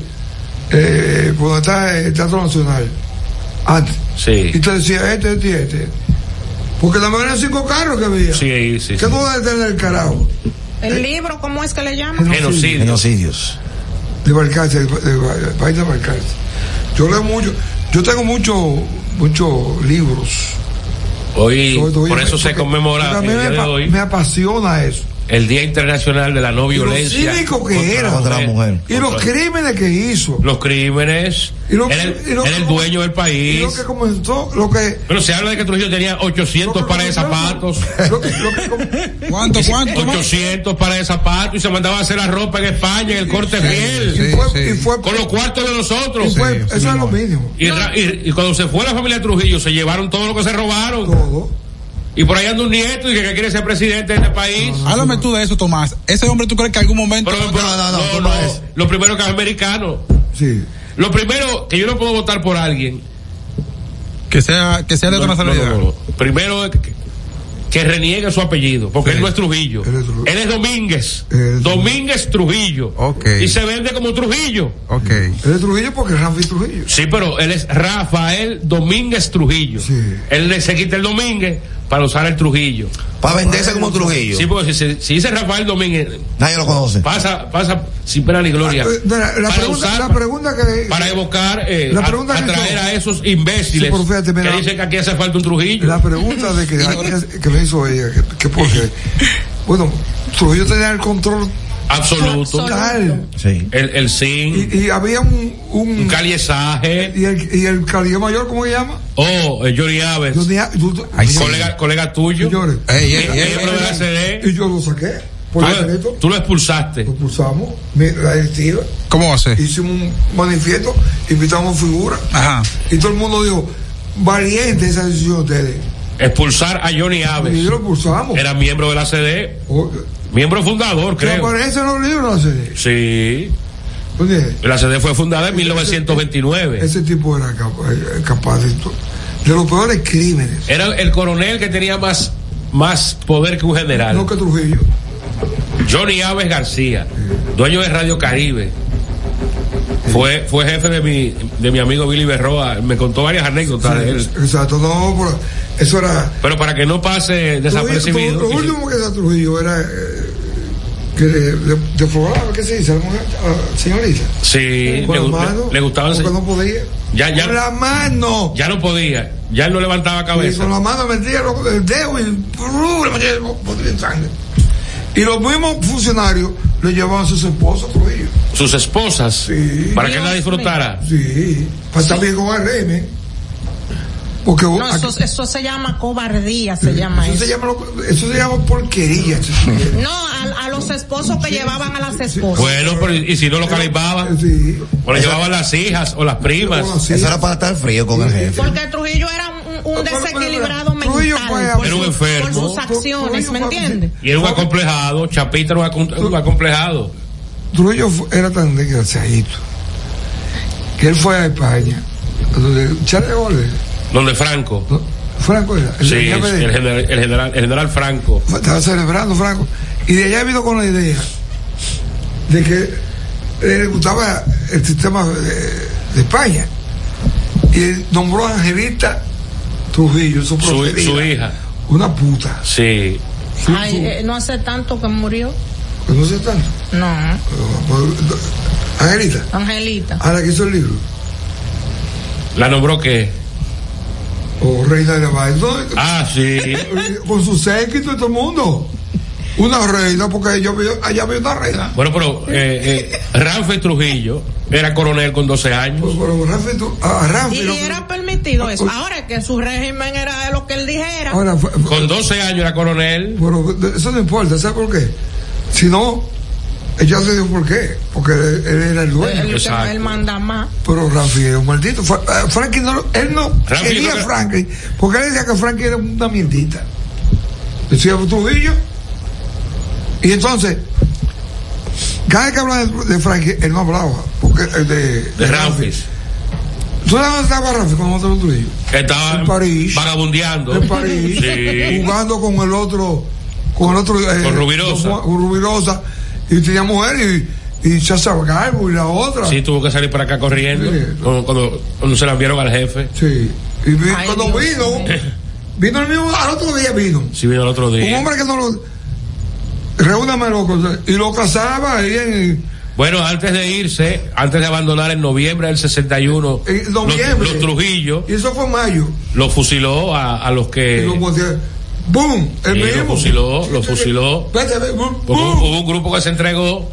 [SPEAKER 4] eh, por donde está el Teatro Nacional? Antes.
[SPEAKER 5] Sí.
[SPEAKER 4] Y te decía, este, este, y este. Porque la mayoría eran cinco carros que había.
[SPEAKER 5] Sí, sí.
[SPEAKER 4] ¿Qué no debe tener el carajo?
[SPEAKER 3] El libro, ¿cómo es que le llaman?
[SPEAKER 4] Genocidios. De Balcárcel, de, de- del país de Balcárcel. Yo leo mucho, yo tengo muchos muchos libros.
[SPEAKER 5] Hoy,
[SPEAKER 4] Sobre todo,
[SPEAKER 5] por
[SPEAKER 4] oye,
[SPEAKER 5] eso se
[SPEAKER 4] porque- porque
[SPEAKER 5] conmemora
[SPEAKER 4] a
[SPEAKER 5] el
[SPEAKER 4] mí
[SPEAKER 5] día
[SPEAKER 4] me
[SPEAKER 5] de
[SPEAKER 4] apa-
[SPEAKER 5] hoy
[SPEAKER 4] me apasiona eso.
[SPEAKER 5] el Día Internacional de la No
[SPEAKER 4] Y lo
[SPEAKER 5] Violencia.
[SPEAKER 4] cínico que
[SPEAKER 5] contra la
[SPEAKER 4] era.
[SPEAKER 5] mujer.
[SPEAKER 4] Y los
[SPEAKER 5] Contra-
[SPEAKER 4] crímenes que hizo.
[SPEAKER 5] Los crímenes.
[SPEAKER 4] lo-
[SPEAKER 5] era el,
[SPEAKER 4] y lo-
[SPEAKER 5] era el dueño del
[SPEAKER 4] Y lo
[SPEAKER 5] país.
[SPEAKER 4] que comenzó, lo que.
[SPEAKER 5] Pero se habla de que Trujillo tenía 800 pares de zapatos.
[SPEAKER 2] (laughs) ¿Cuánto, cuánto?
[SPEAKER 5] 800 pares de zapatos y se mandaba a hacer la ropa en España, en el corte fiel.
[SPEAKER 4] y fue- y fue-
[SPEAKER 5] con los cuartos de nosotros.
[SPEAKER 4] y fue- eso es lo mínimo.
[SPEAKER 5] Y, ra- y- y cuando se fue la familia Trujillo, se llevaron todo lo que se robaron. Y por ahí anda un nieto y que, que quiere ser presidente de este país.
[SPEAKER 2] Háblame tú de eso, Tomás. Ese hombre, ¿tú crees que en algún momento...
[SPEAKER 5] No, no, Lo primero que es americano. Lo primero que yo no puedo votar por alguien.
[SPEAKER 2] Que sea, que sea de
[SPEAKER 5] No,
[SPEAKER 2] otra
[SPEAKER 5] no,
[SPEAKER 2] nacionalidad.
[SPEAKER 5] no, no. Primero es que, que reniegue su apellido, porque él no es Trujillo. Él es Domínguez. Domínguez Trujillo. Y se vende como Trujillo.
[SPEAKER 2] Ok.
[SPEAKER 4] Es Trujillo porque Rafi Trujillo.
[SPEAKER 5] Sí, pero él es Rafael Domínguez Trujillo. Él le se quita el Domínguez para usar el Trujillo.
[SPEAKER 1] Para venderse como Trujillo.
[SPEAKER 5] Sí, porque si, se- si dice Rafael Domínguez.
[SPEAKER 1] Nadie lo conoce.
[SPEAKER 5] Pasa, pasa sin pena ni gloria.
[SPEAKER 4] Eh, La, la
[SPEAKER 5] para
[SPEAKER 4] pregunta,
[SPEAKER 5] usar-
[SPEAKER 4] la pregunta que.
[SPEAKER 5] para evocar, eh,
[SPEAKER 4] la
[SPEAKER 5] a-
[SPEAKER 4] pregunta que
[SPEAKER 5] atraer
[SPEAKER 4] hizo-
[SPEAKER 5] a esos imbéciles
[SPEAKER 4] Sí, pero fíjate, mira.
[SPEAKER 5] que dicen que aquí hace falta un Trujillo.
[SPEAKER 4] La pregunta de que, que me hizo ella, que, que porque. Bueno, Trujillo tenía el control
[SPEAKER 5] (laughs) Absoluto.
[SPEAKER 4] total.
[SPEAKER 5] El, el sin.
[SPEAKER 4] Y, y había un. Un,
[SPEAKER 5] caliesaje.
[SPEAKER 4] Y el, y el calidad mayor, ¿cómo se llama?
[SPEAKER 5] Oh, eh, Johnny Aves. colega, colega tuyo.
[SPEAKER 4] Ey, ey,
[SPEAKER 5] Miembro
[SPEAKER 4] ey,
[SPEAKER 5] de la CD.
[SPEAKER 4] Y yo lo saqué. Por
[SPEAKER 5] Ah,
[SPEAKER 4] decreto.
[SPEAKER 5] Tú lo expulsaste.
[SPEAKER 4] Usamos mi- la directiva.
[SPEAKER 2] ¿Cómo va a ser?
[SPEAKER 4] Hicimos un manifiesto, invitamos figuras. Y todo el mundo dijo, valiente esa decisión de ustedes.
[SPEAKER 5] Expulsar a Johnny Aves.
[SPEAKER 4] Y lo expulsamos.
[SPEAKER 5] Era miembro de la CD. Miembro fundador,
[SPEAKER 4] Que
[SPEAKER 5] creo.
[SPEAKER 4] aparece en los libros. ese-
[SPEAKER 5] Sí.
[SPEAKER 4] Oye,
[SPEAKER 5] La CD fue fundada en 1929.
[SPEAKER 4] Ese tipo era capa- eh, capaz de, to- de los peores crímenes.
[SPEAKER 5] Era el coronel que tenía más, más poder que un general.
[SPEAKER 4] No que Trujillo.
[SPEAKER 5] Johnny Aves García, dueño de Radio Caribe. Fue, fue jefe de mi, de mi amigo Billy Berroa. Me contó varias anécdotas de él.
[SPEAKER 4] Exacto, no, pero eso era.
[SPEAKER 5] Pero para que no pase
[SPEAKER 4] Trujillo,
[SPEAKER 5] desapercibido.
[SPEAKER 4] Lo, lo último que era Trujillo era eh, que le, le- defloraba, ¿qué se dice? A la mujer, a la señorita.
[SPEAKER 5] Sí,
[SPEAKER 4] Con
[SPEAKER 5] le,
[SPEAKER 4] la
[SPEAKER 5] gu-
[SPEAKER 4] mano,
[SPEAKER 5] le- le gustaban.
[SPEAKER 4] porque no podía.
[SPEAKER 5] Ya, ya.
[SPEAKER 4] Con la mano.
[SPEAKER 5] Ya no podía. Ya él no levantaba
[SPEAKER 4] Y
[SPEAKER 5] cabeza.
[SPEAKER 4] con la mano metía lo- el dedo y ¡bru! le metía el bote de sangre. Y los mismos funcionarios le llevaban a sus esposas por ellos.
[SPEAKER 5] Sus esposas. Para que él la disfrutara.
[SPEAKER 4] Sí. Para estar bien con el régimen. Porque
[SPEAKER 3] No, eso, eso se llama cobardía, se llama
[SPEAKER 4] eso
[SPEAKER 3] eso.
[SPEAKER 4] se llama, lo- eso se llama
[SPEAKER 5] (laughs)
[SPEAKER 4] porquería. chico.
[SPEAKER 3] No, a, a los esposos que llevaban a las esposas.
[SPEAKER 5] Bueno, pero y si no lo calibaban. O le llevaban las hijas o las primas.
[SPEAKER 1] Eso era para estar frío con el jefe.
[SPEAKER 3] Porque Trujillo era un- un, desequilibrado
[SPEAKER 4] Trujillo
[SPEAKER 3] mental
[SPEAKER 4] fue-
[SPEAKER 3] por,
[SPEAKER 5] Era un
[SPEAKER 3] sus- por
[SPEAKER 5] enfermo.
[SPEAKER 3] sus acciones, ¿me entiendes?
[SPEAKER 5] Y era un acomplejado. Chapita era un acom- un acomplejado.
[SPEAKER 4] Trujillo fu- era tan desgraciadito que él fue a España, a donde Charles de Gaulle,
[SPEAKER 5] Donde Franco.
[SPEAKER 4] Franco era.
[SPEAKER 5] Sí, el,
[SPEAKER 4] jefe de-
[SPEAKER 5] general, el general- el general Franco.
[SPEAKER 4] Pues, estaba celebrando, Franco. Y de allá vino con la idea de que eh, le gustaba el sistema de, de España. Y él nombró a Angelita Trujillo, su,
[SPEAKER 5] Su,
[SPEAKER 4] proferida,
[SPEAKER 5] su hija.
[SPEAKER 4] Una puta. Pues,
[SPEAKER 5] Sí.
[SPEAKER 3] Ay, eh, no hace tanto que murió.
[SPEAKER 4] No sé tanto. pues,
[SPEAKER 3] No,
[SPEAKER 4] Angelita,
[SPEAKER 3] Angelita.
[SPEAKER 4] a la que hizo el libro.
[SPEAKER 5] La nombró que.
[SPEAKER 4] O reina de Baile. ¿no?
[SPEAKER 5] Ah, sí.
[SPEAKER 4] (laughs) Con su séquito y todo el mundo. Una reina, porque yo, yo- allá había una reina.
[SPEAKER 5] Bueno, pero eh, eh, Ramfe Trujillo era coronel con 12 años.
[SPEAKER 4] ah,
[SPEAKER 3] y era permitido eso. Ahora que su régimen era lo que él dijera.
[SPEAKER 4] Ahora, fue-
[SPEAKER 5] Con 12 años era coronel.
[SPEAKER 4] Bueno, eso no importa, ¿sabes por qué? Si no, ella se dio por qué, porque él, él era el dueño.
[SPEAKER 3] él, él manda más.
[SPEAKER 4] Pero Rafi era un maldito. Fra- eh, Franklin no, lo- él no
[SPEAKER 3] Rafi
[SPEAKER 4] quería
[SPEAKER 3] no
[SPEAKER 4] a
[SPEAKER 3] era-
[SPEAKER 4] Franklin, porque él decía que Franklin era una mierdita. Decía "Pues Trujillo. Y entonces, cada vez que hablaba de, de Franklin, él no hablaba, porque eh, de,
[SPEAKER 5] De Ramfis.
[SPEAKER 4] ¿Tú sabes dónde estaba Rafi con otro Trujillo?
[SPEAKER 5] Estaba vagabundeando.
[SPEAKER 4] en París,
[SPEAKER 5] Sí.
[SPEAKER 4] jugando con el otro, con el otro, eh,
[SPEAKER 5] Con Rubirosa.
[SPEAKER 4] con- con Rubirosa, y tenía mujer y, y Chacha Garbo y la otra.
[SPEAKER 5] Sí, tuvo que salir para acá corriendo. Cuando, cuando- cuando se la enviaron al jefe.
[SPEAKER 4] Sí. Y vi- cuando vino,
[SPEAKER 5] (laughs)
[SPEAKER 4] vino el mismo, al otro día vino.
[SPEAKER 5] Sí, vino el otro
[SPEAKER 4] Un
[SPEAKER 5] día.
[SPEAKER 4] hombre que no lo. Reúname loco. Y lo casaba ahí en.
[SPEAKER 5] Bueno, antes de irse, antes de abandonar en noviembre del 61,
[SPEAKER 4] noviembre.
[SPEAKER 5] Los, los Trujillo
[SPEAKER 4] Y eso fue en mayo.
[SPEAKER 5] los fusiló a, a los que.
[SPEAKER 4] Y lo boté. ¡Bum! El
[SPEAKER 5] Sí,
[SPEAKER 4] mismo.
[SPEAKER 5] lo fusiló, lo fusiló.
[SPEAKER 4] Vete, ve, bum,
[SPEAKER 5] Porque hubo, hubo un grupo que se entregó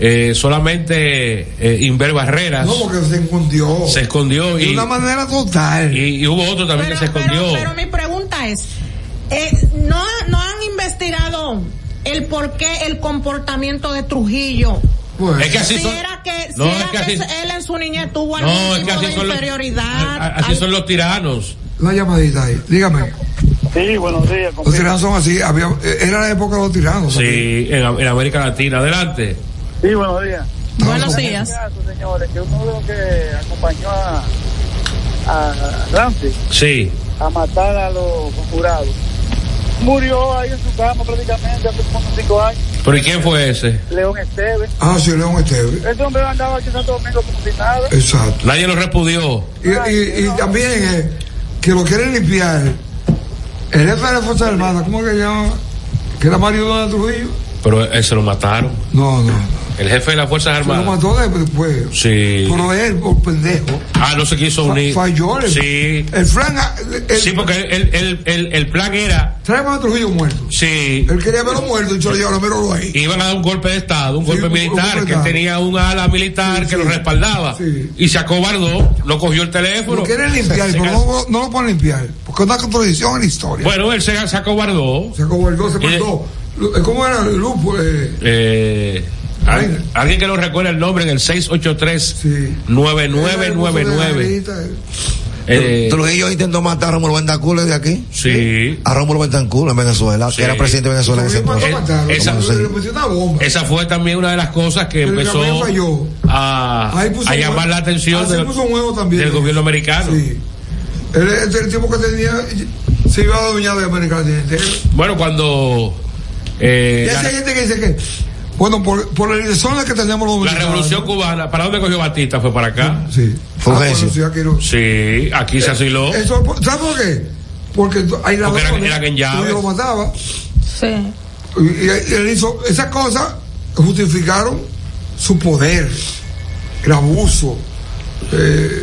[SPEAKER 5] eh, solamente eh, Inver Barreras.
[SPEAKER 4] No, porque se escondió.
[SPEAKER 5] se escondió y,
[SPEAKER 4] De una manera total.
[SPEAKER 5] y, y hubo otro también que se escondió.
[SPEAKER 3] Pero mi pregunta es, eh, ¿no, ¿no han investigado el por qué el comportamiento de Trujillo?
[SPEAKER 5] Bueno. Pues, Es que así
[SPEAKER 3] si
[SPEAKER 5] son-
[SPEAKER 3] era que, si
[SPEAKER 5] No,
[SPEAKER 3] era
[SPEAKER 5] es que
[SPEAKER 3] que
[SPEAKER 5] así-
[SPEAKER 3] él en su niñez tuvo
[SPEAKER 5] No,
[SPEAKER 3] algún
[SPEAKER 5] es que
[SPEAKER 3] tipo
[SPEAKER 5] así
[SPEAKER 3] de
[SPEAKER 5] son los-
[SPEAKER 3] inferioridad.
[SPEAKER 5] Así son los tiranos.
[SPEAKER 4] Una llamadita ahí. Dígame.
[SPEAKER 12] Sí, buenos días.
[SPEAKER 4] Los tiranos son así. Había, eh, era la época de los tiranos.
[SPEAKER 5] Sí, en, en América Latina. Adelante.
[SPEAKER 12] Sí, buenos días.
[SPEAKER 3] Buenos días.
[SPEAKER 12] Señores, que uno de los que acompañó a,
[SPEAKER 5] Ah.
[SPEAKER 12] a Ramsey
[SPEAKER 5] Sí.
[SPEAKER 12] a matar a los jurados murió ahí en su cama prácticamente hace como unos cinco años.
[SPEAKER 5] ¿Pero y quién fue ese?
[SPEAKER 12] León Esteves.
[SPEAKER 4] Ah, sí, León Esteves.
[SPEAKER 12] Ese hombre andaba aquí en Santo Domingo como si nada.
[SPEAKER 4] Exacto.
[SPEAKER 5] Nadie lo repudió.
[SPEAKER 4] Y, y- y también eh, que lo quieren limpiar. El jefe de la Fuerza Armada, ¿cómo que se llama? Que era Mario Donald Trujillo.
[SPEAKER 5] Pero él se lo mataron.
[SPEAKER 4] No, no.
[SPEAKER 5] El jefe de las Fuerzas
[SPEAKER 4] Se lo
[SPEAKER 5] Armadas.
[SPEAKER 4] mató después.
[SPEAKER 5] Sí.
[SPEAKER 4] Pero él, por pendejo.
[SPEAKER 5] Ah, no se quiso
[SPEAKER 4] Fa-
[SPEAKER 5] unir.
[SPEAKER 4] falló el-
[SPEAKER 5] Sí.
[SPEAKER 4] El plan.
[SPEAKER 5] sí, porque el, el, el, el plan era.
[SPEAKER 4] Traemos a Trujillo muerto.
[SPEAKER 5] Sí.
[SPEAKER 4] Él quería verlo muerto y yo le dije, ahora míralo ahí.
[SPEAKER 5] Iban a dar un golpe de Estado, un golpe
[SPEAKER 4] un- un
[SPEAKER 5] militar,
[SPEAKER 4] golpe de
[SPEAKER 5] que
[SPEAKER 4] Estado.
[SPEAKER 5] tenía un ala militar que lo respaldaba. Y se acobardó, lo cogió el teléfono.
[SPEAKER 4] Lo quieren limpiar,
[SPEAKER 5] Se
[SPEAKER 4] pero
[SPEAKER 5] cas-
[SPEAKER 4] no, no lo pueden limpiar. Porque es una contradicción en la historia.
[SPEAKER 5] Bueno, él se, se acobardó. Eh,
[SPEAKER 4] Se acobardó, se
[SPEAKER 5] Y de-
[SPEAKER 4] mató. ¿Cómo era el lupo? Eh,
[SPEAKER 5] Eh, al- alguien que nos recuerda el nombre en el 683-9999. Eh,
[SPEAKER 1] Trujillo intentó matar a Rómulo Bentancur de aquí.
[SPEAKER 5] Sí.
[SPEAKER 1] A Rómulo Bentancur en Venezuela, que era presidente de Venezuela en ese entonces.
[SPEAKER 5] Eh, esa,
[SPEAKER 1] Bueno, sí.
[SPEAKER 5] esa fue también una de las cosas que
[SPEAKER 4] Pero
[SPEAKER 5] empezó
[SPEAKER 4] también falló.
[SPEAKER 5] a,
[SPEAKER 4] Ahí puso
[SPEAKER 5] a
[SPEAKER 4] un
[SPEAKER 5] llamar
[SPEAKER 4] huevo.
[SPEAKER 5] la atención
[SPEAKER 4] Así
[SPEAKER 5] del,
[SPEAKER 4] puso un huevo también.
[SPEAKER 5] del gobierno americano.
[SPEAKER 4] Él es el tipo que tenía. Se iba a doña de América Latina. entera.
[SPEAKER 5] Bueno, cuando
[SPEAKER 4] Y
[SPEAKER 5] eh, la,
[SPEAKER 4] esa gente que dice que. Bueno, por, por el zona que tenemos los
[SPEAKER 5] la
[SPEAKER 4] dominicanos.
[SPEAKER 5] revolución cubana, ¿para dónde cogió Batista? ¿Fue para acá?
[SPEAKER 4] Sí. Ah, bueno, sí, aquí no.
[SPEAKER 5] Sí, aquí se asiló.
[SPEAKER 4] Eso, ¿Sabes por qué? Porque ahí la
[SPEAKER 5] Porque eran- eran en llaves.
[SPEAKER 4] Trujillo lo mataba.
[SPEAKER 3] Sí.
[SPEAKER 4] Y, y él hizo. Esas cosas justificaron su poder, el abuso. Eh,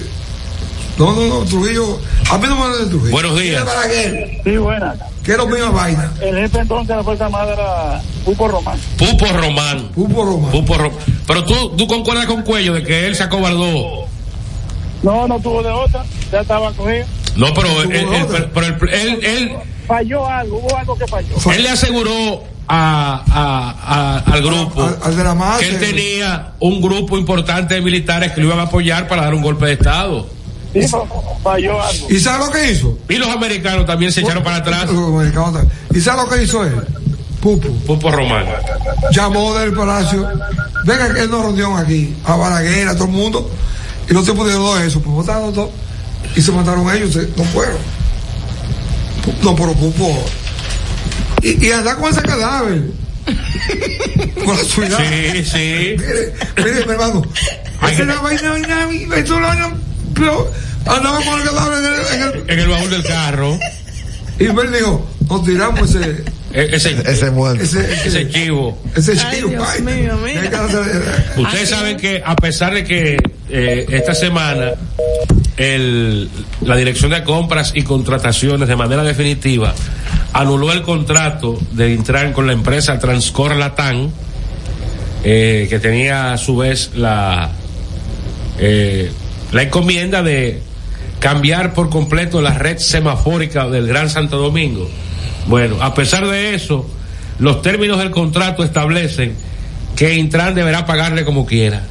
[SPEAKER 4] no, no, no, Trujillo. A mí no me hablan de Trujillo.
[SPEAKER 5] Buenos días.
[SPEAKER 4] Mira Balaguer,
[SPEAKER 12] Sí, buenas.
[SPEAKER 4] que es lo mismo vaina.
[SPEAKER 12] El jefe entonces de la Fuerza Armada era Pupo Román.
[SPEAKER 5] Pupo Román.
[SPEAKER 4] Pupo Román.
[SPEAKER 5] Pero tú, tú concuerdas con Cuello de que él se acobardó.
[SPEAKER 12] No, no tuvo de otra. Ya estaba cogido.
[SPEAKER 5] No, pero, él, él- pero él- él- él-
[SPEAKER 12] Falló algo, hubo algo que falló.
[SPEAKER 5] él le aseguró a, a- a- al grupo que él tenía un grupo importante de militares que lo iban a apoyar para dar un golpe de Estado.
[SPEAKER 12] Falló algo.
[SPEAKER 4] ¿Y sabes lo que hizo?
[SPEAKER 5] Y los americanos también se echaron para atrás.
[SPEAKER 4] Los americanos también. ¿Y sabes lo que hizo él? Pupo.
[SPEAKER 5] Pupo Román.
[SPEAKER 4] Llamó del palacio. Venga, que es una reunión aquí. A Balaguer, a todo el mundo. Y no se pudieron eso. Pues votaron todo. Y se mataron ellos. se- no fueron. No, pero Pupo. Y, y andar con ese cadáver. con la suya.
[SPEAKER 5] Sí, sí.
[SPEAKER 4] Mire, mire, mi hermano. Hace una vaina, vaina, vaina, esto lo vaina, pero andaba con el cadáver en el,
[SPEAKER 5] en el baúl del carro.
[SPEAKER 4] Y él dijo, nos tiramos ese.
[SPEAKER 5] E-, Ese,
[SPEAKER 1] ese muerto.
[SPEAKER 4] Ese,
[SPEAKER 5] ese chivo.
[SPEAKER 4] Ese
[SPEAKER 3] Ay,
[SPEAKER 4] chivo.
[SPEAKER 3] Dios
[SPEAKER 4] ay,
[SPEAKER 3] mío, mira.
[SPEAKER 4] hay que hacer-
[SPEAKER 5] Ustedes saben que a pesar de que eh, esta semana el- la Dirección de Compras y Contrataciones de manera definitiva anuló el contrato de Intran con la empresa Transcor Latam, eh, que tenía a su vez la, eh, la encomienda de cambiar por completo la red semafórica del Gran Santo Domingo. Bueno, a pesar de eso, los términos del contrato establecen que Intran deberá pagarle como quiera.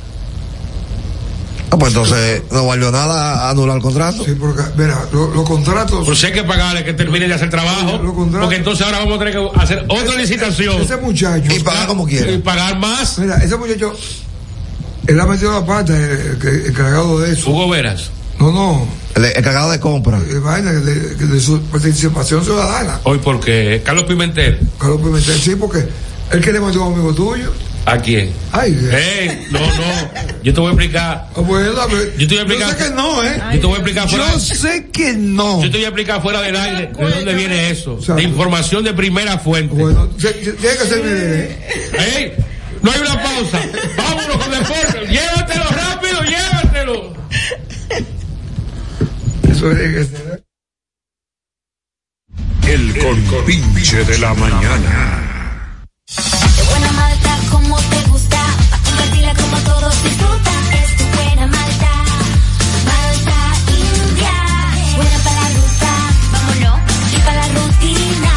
[SPEAKER 1] Ah, pues entonces no valió nada anular el contrato.
[SPEAKER 4] Sí, porque, mira, lo- los contratos.
[SPEAKER 5] Pero Pues si hay que pagarle que termine de hacer trabajo, porque entonces ahora vamos a tener que hacer otra licitación.
[SPEAKER 4] Ese muchacho.
[SPEAKER 5] Y pagar como quiera. Y pagar más.
[SPEAKER 4] Mira, ese muchacho. Él ha metido la pata, el, que- encargado de eso.
[SPEAKER 5] Hugo Veras.
[SPEAKER 4] No, no. Eh,
[SPEAKER 1] El encargado de compra.
[SPEAKER 4] vaina de, de su participación ciudadana.
[SPEAKER 5] Hoy porque Carlos Pimentel,
[SPEAKER 4] Carlos Pimentel, sí, porque él que le mandó a un amigo tuyo.
[SPEAKER 5] ¿a quién?
[SPEAKER 4] Ay,
[SPEAKER 5] Ey, no, no. Yo te voy a explicar. yo te voy a explicar.
[SPEAKER 4] yo sé que no, ¿eh?
[SPEAKER 5] Yo te voy a explicar
[SPEAKER 4] Yo
[SPEAKER 5] fuera.
[SPEAKER 4] sé que no.
[SPEAKER 5] Yo te voy a explicar fuera del aire de dónde viene eso. De información de primera fuente.
[SPEAKER 4] Bueno, tiene que hacer ¿eh?
[SPEAKER 5] Ey, no hay una pausa. Vámonos con deporte. Llévatelo rápido, llévatelo.
[SPEAKER 4] Eso es.
[SPEAKER 6] El compinche de la mañana.
[SPEAKER 7] Tu buena malta como te gusta, pa' compartirla como todos disfrutan. Es tu buena malta, malta india. Buena para la ruta, vámonos. Y para la rutina,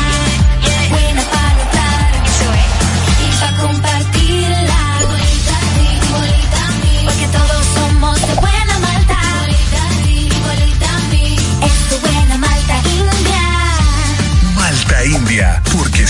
[SPEAKER 7] buena para rotar. Eso es. Y para compartirla, igualita a ti, igualita a mí. Porque todos somos de buena malta. Igualita a ti, igualita a mí. Es tu buena malta india.
[SPEAKER 8] Malta India, porque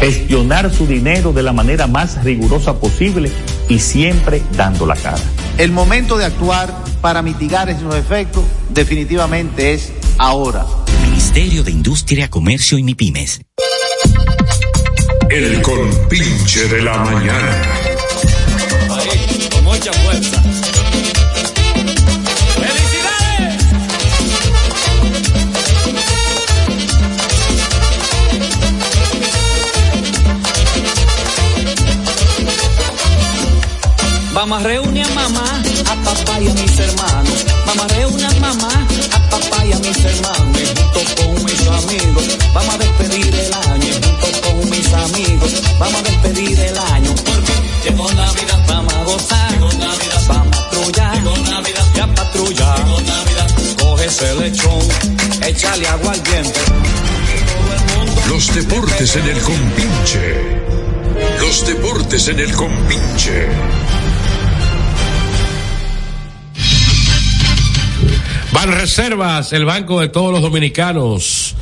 [SPEAKER 13] Gestionar su dinero de la manera más rigurosa posible y siempre dando la cara.
[SPEAKER 11] El momento de actuar para mitigar esos efectos definitivamente es ahora.
[SPEAKER 14] Ministerio de Industria, Comercio y MIPIMES.
[SPEAKER 6] El compinche de la mañana.
[SPEAKER 15] con mucha fuerza. Vamos a reunir a mamá, a papá y a mis hermanos. Vamos a reunir a mamá, a papá y a mis hermanos. Y Junto con mis amigos, vamos a despedir el año. Y Junto con mis amigos, vamos a despedir el año. Porque llegó Navidad, vamos a gozar. Llegó Navidad, vamos
[SPEAKER 6] deportes en el compinche. Los deportes en el compinche.
[SPEAKER 5] Van Reservas, el banco de todos los dominicanos.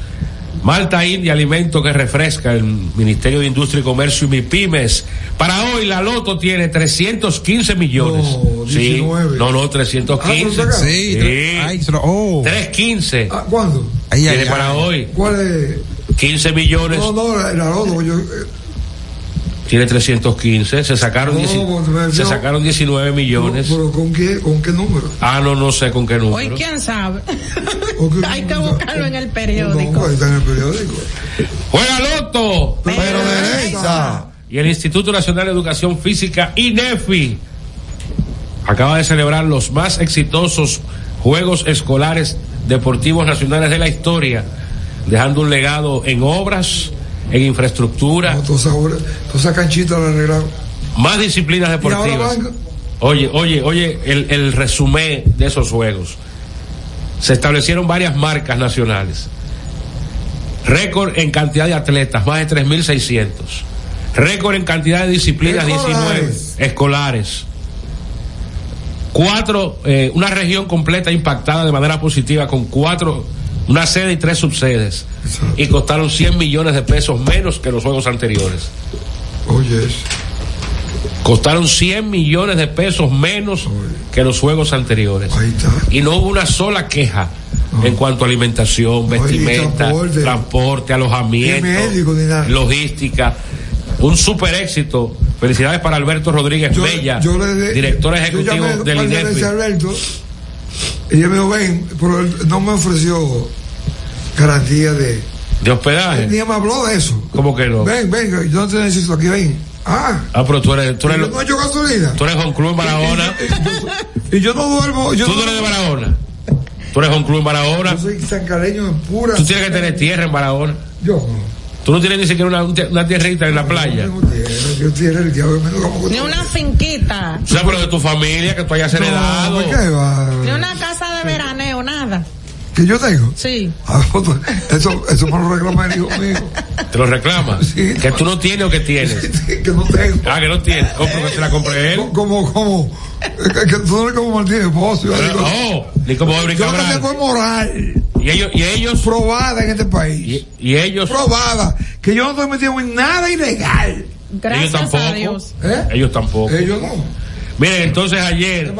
[SPEAKER 5] Malta India, alimento que refresca el Ministerio de Industria y Comercio y MIPIMES. Para hoy la Loto tiene 315 millones. No, sí, no, no, 315.
[SPEAKER 2] Ah, sí, tre- ay, se lo- oh.
[SPEAKER 5] 315.
[SPEAKER 4] Ah, ¿Cuándo?
[SPEAKER 2] Ay, ay,
[SPEAKER 5] tiene
[SPEAKER 2] ay.
[SPEAKER 5] para hoy
[SPEAKER 4] ¿Cuál es?
[SPEAKER 5] 15 millones.
[SPEAKER 4] No, no, la, la otra, yo, eh,
[SPEAKER 5] Tiene 315. Se sacaron,
[SPEAKER 4] No,
[SPEAKER 5] 19
[SPEAKER 4] bueno,
[SPEAKER 5] se
[SPEAKER 4] yo-
[SPEAKER 5] sacaron 19 millones.
[SPEAKER 4] pero ¿con qué, ¿con qué número?
[SPEAKER 5] Ah, no, no sé con qué
[SPEAKER 3] Hoy
[SPEAKER 5] número.
[SPEAKER 3] quién sabe. (laughs) Hay que buscarlo en el periódico.
[SPEAKER 4] ¿Cómo está en el periódico?
[SPEAKER 5] Juega Loto. Pero
[SPEAKER 1] derecha.
[SPEAKER 5] Y el Instituto Nacional de Educación Física, INEFI, acaba de celebrar los más exitosos Juegos Escolares Deportivos Nacionales de la historia, dejando un legado en obras, en infraestructura,
[SPEAKER 4] Entonces ahora, toda esa canchita la arreglaron.
[SPEAKER 5] más disciplinas
[SPEAKER 4] Y ahora
[SPEAKER 5] deportivas.
[SPEAKER 4] van,
[SPEAKER 5] Oye, oye, oye, el, el resumen de esos juegos. Se establecieron varias marcas nacionales. Récord en cantidad de atletas, más de 3.600. Récord en cantidad de disciplinas,
[SPEAKER 16] Escolares.
[SPEAKER 5] 19 escolares. Cuatro, eh, una región completa impactada de manera positiva con cuatro, una sede y tres subsedes. Y costaron 100 millones de pesos menos que los juegos anteriores.
[SPEAKER 4] Oye, eso.
[SPEAKER 5] Costaron 100 millones de pesos menos que los juegos anteriores. Y no hubo una sola queja en cuanto a alimentación, vestimenta, transporte,
[SPEAKER 4] transporte.
[SPEAKER 5] alojamiento,
[SPEAKER 4] Ni médico, ni nada.
[SPEAKER 5] logística. Un super éxito. Felicidades para Alberto Rodríguez Bella, director
[SPEAKER 4] yo
[SPEAKER 5] ejecutivo
[SPEAKER 4] llamé
[SPEAKER 5] del
[SPEAKER 4] al de
[SPEAKER 5] INEFI.
[SPEAKER 4] ese Alberto y yo me dijo, ven, pero él no me ofreció garantía de.
[SPEAKER 5] De hospedaje.
[SPEAKER 4] Él ni me habló de eso.
[SPEAKER 5] Ah, ¿Cómo que no?
[SPEAKER 4] Ven, ven, yo no te necesito aquí, ven. Ah,
[SPEAKER 5] Ah, pero tú eres, tú eres,
[SPEAKER 4] yo no echo gasolina.
[SPEAKER 5] tú eres Home Club en Barahona.
[SPEAKER 4] Y yo no duermo. Yo
[SPEAKER 5] tú
[SPEAKER 4] no-
[SPEAKER 5] no eres de Barahona. Tú eres Home Club en Barahona.
[SPEAKER 4] Yo soy sancareño en pura.
[SPEAKER 5] Tú tienes que tener tierra en Barahona.
[SPEAKER 4] Yo
[SPEAKER 5] Tú no tienes ni siquiera una, una tierrita en la playa.
[SPEAKER 4] Yo tiene el diablo menos como
[SPEAKER 3] Ni una finquita.
[SPEAKER 5] O sea, pero de tu familia, que tú hayas heredado.
[SPEAKER 4] ¿por qué va?
[SPEAKER 3] Ni una casa de veraneo, nada.
[SPEAKER 4] Que yo tengo. Ah, pues, (laughs)
[SPEAKER 3] Sí.
[SPEAKER 4] Eso, eso me lo reclama el hijo mío.
[SPEAKER 5] Te lo reclama. Que tú no tienes o que tienes.
[SPEAKER 4] que no tengo.
[SPEAKER 5] Ah, que no
[SPEAKER 4] (laughs)
[SPEAKER 5] tienes. Compro que se la compré él.
[SPEAKER 4] Como, como. Que, que tú no eres como Martínez Pozo. yo digo,
[SPEAKER 5] No, oh, ni como Abril
[SPEAKER 4] Yo lo que
[SPEAKER 5] Cabral.
[SPEAKER 4] tengo es moral.
[SPEAKER 5] Y ellos, y ellos.
[SPEAKER 4] Probada en este país.
[SPEAKER 5] Y, ellos.
[SPEAKER 4] Probada. Que yo no estoy metido en nada ilegal.
[SPEAKER 5] Ellos tampoco.
[SPEAKER 4] ¿Eh?
[SPEAKER 5] Ellos tampoco.
[SPEAKER 4] Ellos no.
[SPEAKER 5] Miren, entonces ayer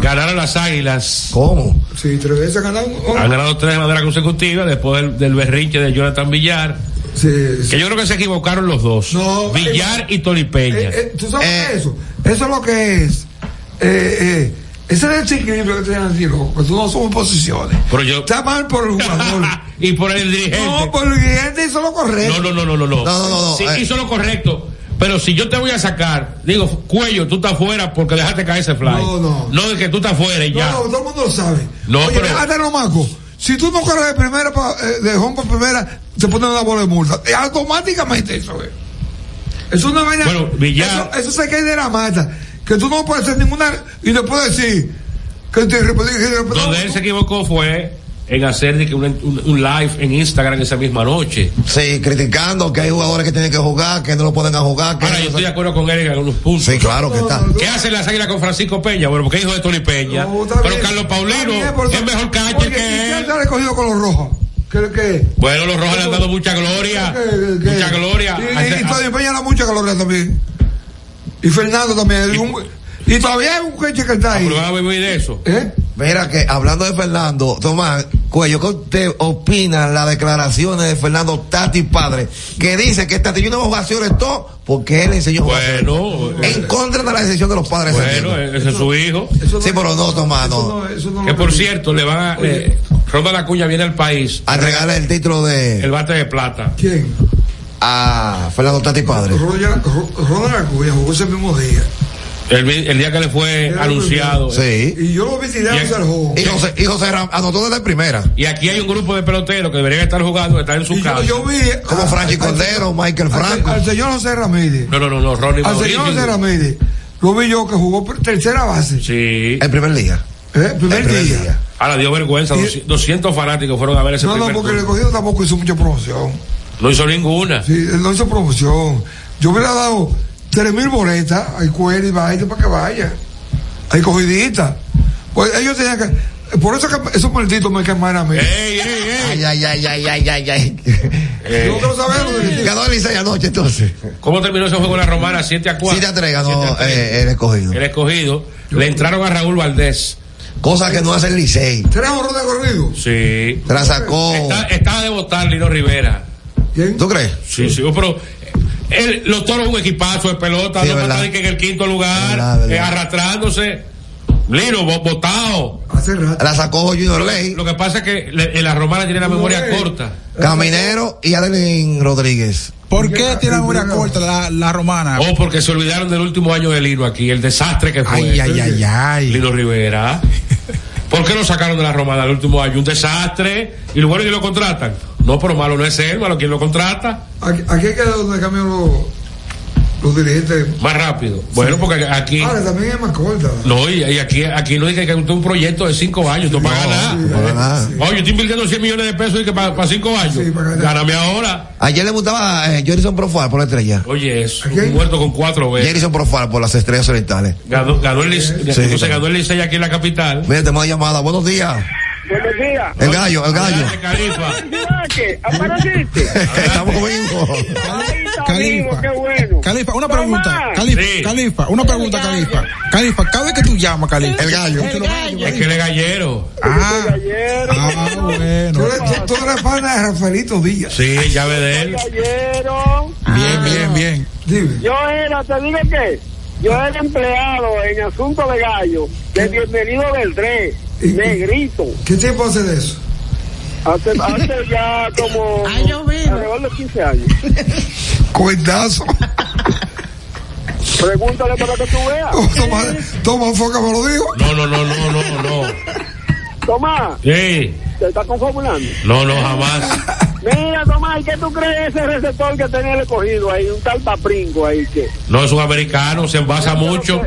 [SPEAKER 5] ganaron las águilas.
[SPEAKER 1] ¿Cómo?
[SPEAKER 4] Sí, tres veces ganaron.
[SPEAKER 5] Han ganado tres de manera consecutiva después del, del berrinche de Jonathan Villar. Que yo creo que se equivocaron los dos. Villar y Tony Peña.
[SPEAKER 4] Eh, ¿Tú sabes qué es eso? Eso es lo que es. Eh, eh, ese desequilibrio que tienen aquí, loco. que Tú no somos posiciones.
[SPEAKER 5] Pero yo-
[SPEAKER 4] Está mal por el jugador.
[SPEAKER 5] (laughs) y por el dirigente.
[SPEAKER 4] No, por el dirigente hizo lo correcto.
[SPEAKER 5] No, no, no, no, no.
[SPEAKER 4] eh, No, no, no, no,
[SPEAKER 5] Sí,
[SPEAKER 4] eh.
[SPEAKER 5] hizo lo correcto. Pero si yo te voy a sacar, digo, cuello, tú estás fuera porque dejaste caer ese fly.
[SPEAKER 4] No, no.
[SPEAKER 5] No, de que tú estás fuera y ya.
[SPEAKER 4] No, no, todo el mundo lo sabe.
[SPEAKER 5] No,
[SPEAKER 4] Oye,
[SPEAKER 5] pero-
[SPEAKER 4] déjate lo maco. Si tú no corres de primera, pa- eh, de home para primera, te ponen una bola de multa. Y automáticamente eso es. Es una vaina.
[SPEAKER 5] Bueno, Villar-
[SPEAKER 4] Eso, eso se cae de la mata. Que tú no puedes hacer ninguna. Y después decir. Que te
[SPEAKER 5] Donde él se equivocó fue en hacer de que un, un- un live en Instagram esa misma noche.
[SPEAKER 1] Sí, criticando que hay jugadores que tienen que jugar, que no lo pueden a jugar. Que
[SPEAKER 5] Ahora, yo estoy de acuerdo con él en algunos puntos.
[SPEAKER 1] Sí, claro que está.
[SPEAKER 5] ¿Qué hacen las águilas con Francisco Peña? Bueno, porque es hijo de Tony Peña. pero Carlos Paulino es mejor cache que él.
[SPEAKER 4] ha recogido con los rojos. ¿Qué? qué?
[SPEAKER 5] Bueno, los rojos le han dado mucha gloria.
[SPEAKER 4] ¿Qué, qué?
[SPEAKER 5] Mucha gloria.
[SPEAKER 4] Y-
[SPEAKER 5] Hace-
[SPEAKER 4] Y, y Tony Peña da mucha gloria también. Y Fernando también. Y, un- y todavía hay un coche que está ahí.
[SPEAKER 5] a vivir eso.
[SPEAKER 1] ¿Eh? Mira que hablando de Fernando, Tomás, pues, Cuello, ¿qué usted opina las declaraciones de Fernando Tati Padre? Que dice que Tati yo no voy a jugar sobre todo porque él le enseñó a jugar.
[SPEAKER 5] Bueno, eh,
[SPEAKER 1] en contra de la decisión de los padres.
[SPEAKER 5] Bueno, ese es su hijo.
[SPEAKER 1] sí, pero no, Tomás, no.
[SPEAKER 5] Que por cierto, le van a. eh, Ronda la cuña viene al país.
[SPEAKER 1] A entregarle el título de.
[SPEAKER 5] El bate de plata.
[SPEAKER 4] ¿Quién?
[SPEAKER 1] Ah, Fernando Tati Padre.
[SPEAKER 4] Roger- Ro- Ronald Acuña jugó ese mismo día.
[SPEAKER 5] El, vi- el día que le fue anunciado.
[SPEAKER 1] Sí.
[SPEAKER 4] Y yo lo vi tirando
[SPEAKER 5] Y-
[SPEAKER 4] al juego.
[SPEAKER 1] Y José, y José Ram- anotó desde primera.
[SPEAKER 5] Y aquí hay un grupo de peloteros que deberían estar jugando, están en su casa.
[SPEAKER 4] Yo vi.
[SPEAKER 1] Como Franchi Cordero, Michael Franco.
[SPEAKER 4] Ah, Al señor José Ramírez.
[SPEAKER 5] No, no, no, no, Ronnie
[SPEAKER 4] Al señor
[SPEAKER 5] Mauricio.
[SPEAKER 4] José Ramírez. Lo vi yo que jugó por tercera base.
[SPEAKER 5] Sí.
[SPEAKER 1] El primer día.
[SPEAKER 4] ¿Eh? Primer, día.
[SPEAKER 5] Ahora dio vergüenza, 200 fanáticos fueron a ver ese
[SPEAKER 4] No, no,
[SPEAKER 5] primer
[SPEAKER 4] porque el
[SPEAKER 5] turno.
[SPEAKER 4] recogido tampoco hizo mucha promoción.
[SPEAKER 5] No hizo ninguna.
[SPEAKER 4] Sí, él no hizo promoción. Yo hubiera dado tres mil boletas al cuero y baile para que vaya. Hay cogidita. Pues ellos tenían que. Por eso que esos malditos me quemaron a mí.
[SPEAKER 1] Ay, ay, ay, ay, ay, ay, ay.
[SPEAKER 5] Eh,
[SPEAKER 1] lo sabemos. Ganó el Licey anoche, entonces.
[SPEAKER 5] Ah, ¿Cómo terminó ese juego la romana? 7 a 4.
[SPEAKER 1] 7 a 3 ganó eh, el escogido.
[SPEAKER 5] El escogido. Le entraron a Raúl Valdés.
[SPEAKER 1] Cosa que no hace el Licey.
[SPEAKER 4] Tres horror de corrido.
[SPEAKER 5] Sí.
[SPEAKER 1] Te la sacó.
[SPEAKER 5] Está- estaba de votar Lino Rivera.
[SPEAKER 1] ¿Tú crees?
[SPEAKER 5] Sí, sí, pero. el- los toros un equipazo de pelota,
[SPEAKER 1] Sí,
[SPEAKER 5] no
[SPEAKER 1] verdad.
[SPEAKER 5] mataron que en el quinto lugar,
[SPEAKER 1] Verdad, verdad.
[SPEAKER 5] eh, arrastrándose. Lino, bo- botado.
[SPEAKER 1] La sacó Junior Ley.
[SPEAKER 5] Lo que pasa es que le- en la romana tiene la memoria corta.
[SPEAKER 1] Caminero y Adelín Rodríguez.
[SPEAKER 2] ¿Por qué tiene la memoria corta la, la romana?
[SPEAKER 5] Oh, porque se olvidaron del último año de Lino aquí, el desastre que fue.
[SPEAKER 2] Ay, ay, ay, ay.
[SPEAKER 5] Lino Rivera. ¿Por qué lo sacaron de la romana el último año? Un desastre. Y luego ellos lo contratan. No, pero malo no es él, malo quien lo contrata.
[SPEAKER 4] Aquí, aquí es que donde cambian los, los dirigentes.
[SPEAKER 5] Más rápido. Bueno, porque aquí.
[SPEAKER 4] Ahora también es más corta.
[SPEAKER 5] No, y, y aquí, aquí no dice que usted un proyecto de cinco años, tú pagas nada. Oye, yo estoy invirtiendo 100 millones de pesos y que para cinco años. Gáname ahora.
[SPEAKER 1] Ayer le gustaba eh, Jerison Profar por la estrella.
[SPEAKER 5] Oye, eso. Un muerto con cuatro veces.
[SPEAKER 1] Jerison Profar por las estrellas orientales.
[SPEAKER 5] Ganó, ganó el Lice-
[SPEAKER 1] Sí.
[SPEAKER 5] entonces ganó el Licey aquí en la capital.
[SPEAKER 1] Mira, tenemos una llamada. Buenos días.
[SPEAKER 12] Buenos días.
[SPEAKER 1] El gallo, el gallo.
[SPEAKER 5] Adelante, Califa.
[SPEAKER 12] Adelante, Apareciste.
[SPEAKER 1] Estamos conmigo.
[SPEAKER 5] Ah.
[SPEAKER 2] Califa.
[SPEAKER 12] Qué bueno.
[SPEAKER 2] Califa, una pregunta. Califa,
[SPEAKER 5] Sí.
[SPEAKER 2] Califa, una pregunta, Califa. Califa, cada vez que tú llamas, Califa.
[SPEAKER 1] El gallo.
[SPEAKER 2] tú lo-
[SPEAKER 5] Es que él es gallero.
[SPEAKER 2] Ah, ah,
[SPEAKER 4] Tú
[SPEAKER 2] bueno.
[SPEAKER 4] eres, tú- tú eres pana de Rafaelito Díaz.
[SPEAKER 5] Sí, llave de él.
[SPEAKER 12] Caballero,
[SPEAKER 2] Bien, bien, bien.
[SPEAKER 4] Dime.
[SPEAKER 12] yo era, te digo que, yo era empleado en Asunto de Gallo, de Bienvenido del 3, negrito.
[SPEAKER 4] ¿Qué tiempo hace de eso?
[SPEAKER 12] Hace, hace ya como (laughs) alrededor de 15 años.
[SPEAKER 4] Cuentazo.
[SPEAKER 12] Pregúntale para que tú veas.
[SPEAKER 4] Oh, Toma, toma foca, me lo digo.
[SPEAKER 5] No, no, no, no, no, no.
[SPEAKER 12] Tomás,
[SPEAKER 5] Sí.
[SPEAKER 12] te estás confabulando.
[SPEAKER 5] No, no, jamás.
[SPEAKER 12] Mira, Tomás, ¿y qué tú crees de ese receptor que tenía el escogido ahí? Un tal papringo ahí que.
[SPEAKER 5] No es un americano, se envasa mucho.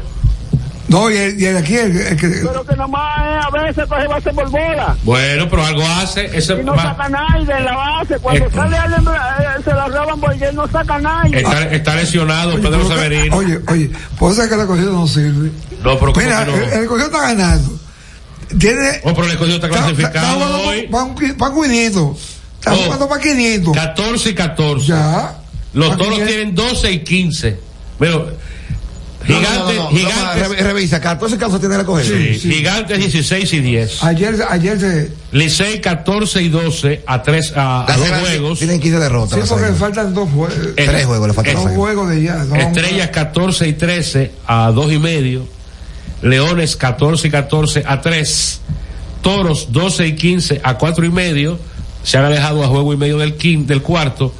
[SPEAKER 4] No, y el, y el aquí, el, el que.
[SPEAKER 12] Pero que nomás es a veces para llevarse por bola.
[SPEAKER 5] Bueno, pero algo hace. Ese
[SPEAKER 12] Y no
[SPEAKER 5] va-
[SPEAKER 12] saca nadie de la base. Cuando
[SPEAKER 5] Esto.
[SPEAKER 12] sale alguien, eh, se la roban porque él no saca nadie.
[SPEAKER 5] está, está lesionado Pedro
[SPEAKER 4] pero-
[SPEAKER 5] Severino.
[SPEAKER 4] Oye, oye, por eso es que la cogida no sirve.
[SPEAKER 5] No, pero ¿cómo
[SPEAKER 4] Mira,
[SPEAKER 5] que no?
[SPEAKER 4] el, el cogido está ganando. Tiene.
[SPEAKER 5] Oh, pero el escogido está clasificado hoy.
[SPEAKER 4] Van 500. Está
[SPEAKER 5] Oh.
[SPEAKER 4] jugando para 500.
[SPEAKER 5] 14 y 14.
[SPEAKER 4] Ya.
[SPEAKER 5] Los
[SPEAKER 4] Ah,
[SPEAKER 5] toros
[SPEAKER 4] que-
[SPEAKER 5] tienen 12 y 15. Pero,
[SPEAKER 1] No, no,
[SPEAKER 5] gigantes,
[SPEAKER 1] no, no, no. Toma,
[SPEAKER 5] gigantes,
[SPEAKER 1] re- Revisa, 14 causas tiene la cogida.
[SPEAKER 5] sí, gigantes 16 y 10.
[SPEAKER 4] Ayer, ayer se.
[SPEAKER 5] Licey 14 y 12 a tres a, a
[SPEAKER 1] Las
[SPEAKER 5] dos
[SPEAKER 1] grandes
[SPEAKER 5] juegos.
[SPEAKER 1] Tienen 15 derrotas.
[SPEAKER 4] Sí,
[SPEAKER 1] las
[SPEAKER 4] porque
[SPEAKER 1] águilas.
[SPEAKER 4] faltan dos juegos.
[SPEAKER 5] Eh,
[SPEAKER 1] Tres juegos le faltan.
[SPEAKER 5] eh,
[SPEAKER 4] Dos juegos de ya. dos-
[SPEAKER 5] Estrellas 14 y 13 a 2 y medio. Leones 14 y 14 a 3. Toros 12 y 15 a 4 y medio. Se han alejado a juego y medio del, quin- del cuarto.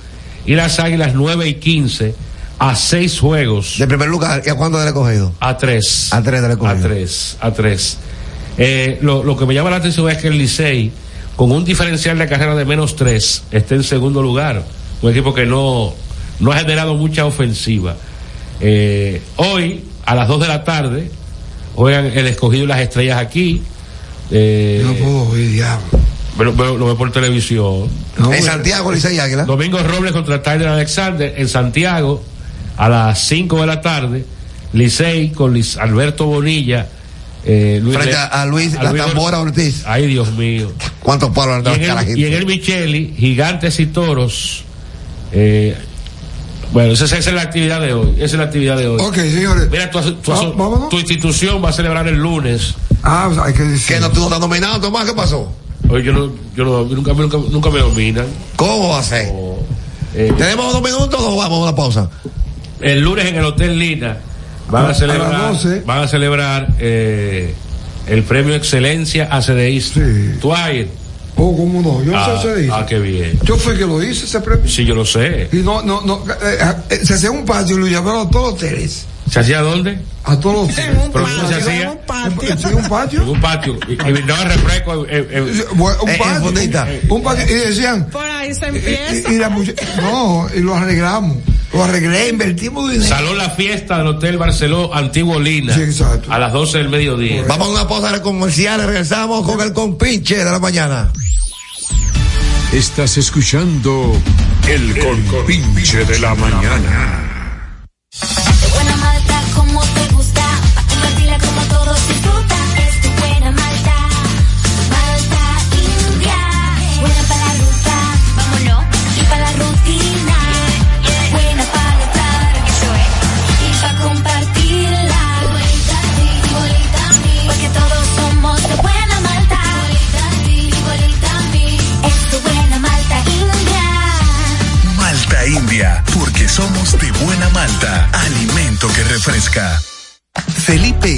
[SPEAKER 5] Y las águilas 9 y 15 a 6 juegos
[SPEAKER 1] De primer lugar, ¿y a cuánto le he cogido?
[SPEAKER 5] a 3.
[SPEAKER 1] A tres de la
[SPEAKER 5] A
[SPEAKER 1] cogida.
[SPEAKER 5] 3. A 3. lo, lo que me llama la atención es que el Licey, con un diferencial de carrera de menos 3, está en segundo lugar. Un equipo que no, no ha generado mucha ofensiva. Eh, hoy, a las 2 de la tarde, juegan el escogido y las estrellas aquí. Eh,
[SPEAKER 4] No puedo oír, diablo.
[SPEAKER 5] lo, veo- lo veo por televisión.
[SPEAKER 1] en Santiago, Licey y Águila.
[SPEAKER 5] Domingo Robles contra Tyler Alexander en Santiago a las 5 de la tarde. Licey con Lis- Alberto Bonilla. eh, Luis
[SPEAKER 1] Frente
[SPEAKER 5] Le-
[SPEAKER 1] a, a Luis,
[SPEAKER 5] a
[SPEAKER 1] la
[SPEAKER 5] Luis
[SPEAKER 1] tambora
[SPEAKER 5] Or-
[SPEAKER 1] Ortiz.
[SPEAKER 5] Ay, Dios mío.
[SPEAKER 1] ¿Cuántos palos han
[SPEAKER 5] Y
[SPEAKER 1] dado
[SPEAKER 5] en,
[SPEAKER 1] el
[SPEAKER 5] el,
[SPEAKER 1] carajito?
[SPEAKER 5] y en el Micheli, Gigantes y Toros. eh, bueno, esa, esa es la actividad de hoy. Esa es la actividad de hoy.
[SPEAKER 4] Ok, señores.
[SPEAKER 5] Mira, tu, aso- tu
[SPEAKER 4] Va-
[SPEAKER 5] aso-
[SPEAKER 4] vámonos.
[SPEAKER 5] tu institución va a celebrar el lunes.
[SPEAKER 4] Ah, o sea, hay que decir.
[SPEAKER 1] ¿Qué no tú no estás nominado, Tomás? ¿Qué pasó?
[SPEAKER 5] Hoy yo, no, yo no- nunca, nunca, nunca me dominan.
[SPEAKER 1] ¿Cómo va a ser?
[SPEAKER 5] O, eh,
[SPEAKER 1] ¿Tenemos dos minutos o vamos a una pausa?
[SPEAKER 5] el lunes en el Hotel Lina van a,
[SPEAKER 4] A- a
[SPEAKER 5] celebrar,
[SPEAKER 4] las 12.
[SPEAKER 5] van a celebrar eh, el premio Excelencia a CDI.
[SPEAKER 4] Sí.
[SPEAKER 5] ¿Tú vas a ir?
[SPEAKER 4] Oh, cómo no. Yo
[SPEAKER 5] ah,
[SPEAKER 4] no sé si
[SPEAKER 5] ah, qué bien.
[SPEAKER 4] Yo fui que lo hice ese premio.
[SPEAKER 5] Sí, yo lo sé.
[SPEAKER 4] Y no, no, no. eh, eh, se hacía un patio y lo llamaron a todos los hoteles.
[SPEAKER 5] ¿Se hacía dónde?
[SPEAKER 4] A todos los hoteles.
[SPEAKER 5] ¿Pero cómo se
[SPEAKER 3] en
[SPEAKER 5] hacía?
[SPEAKER 3] un patio.
[SPEAKER 4] Sí, un
[SPEAKER 5] En
[SPEAKER 4] patio.
[SPEAKER 5] un patio. Y, y brindaba refresco. eh, eh,
[SPEAKER 4] Bueno,
[SPEAKER 1] Eh,
[SPEAKER 4] Un
[SPEAKER 1] en fondita.
[SPEAKER 4] patio. Un patio. Y decían.
[SPEAKER 3] Por ahí se
[SPEAKER 4] Y,
[SPEAKER 3] empieza.
[SPEAKER 4] y- y la mucha- no, y lo arreglamos. Lo arreglé, invertimos dinero.
[SPEAKER 5] Salón La Fiesta del Hotel Barceló Antiguo Lina.
[SPEAKER 4] Sí, exacto.
[SPEAKER 5] A las 12 del mediodía.
[SPEAKER 1] Vamos a una pausa comercial, regresamos con el compinche de la mañana.
[SPEAKER 6] Estás escuchando El compinche de la mañana.
[SPEAKER 7] Tu buena malta como te gusta, pa' compartirla como todos disfrutan. Es tu buena malta, malta india. Buena para la ruta, vámonos, y para la rutina. Buena para gozar, eso es. Y para compartirla. Igualita a ti, igualita a mí. Porque todos somos de buena malta. Igualita a ti, igualita a mí. Es tu buena malta india.
[SPEAKER 8] Malta India, porque somos de buena malta, alimento que refresca.
[SPEAKER 9] Felipe y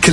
[SPEAKER 9] Que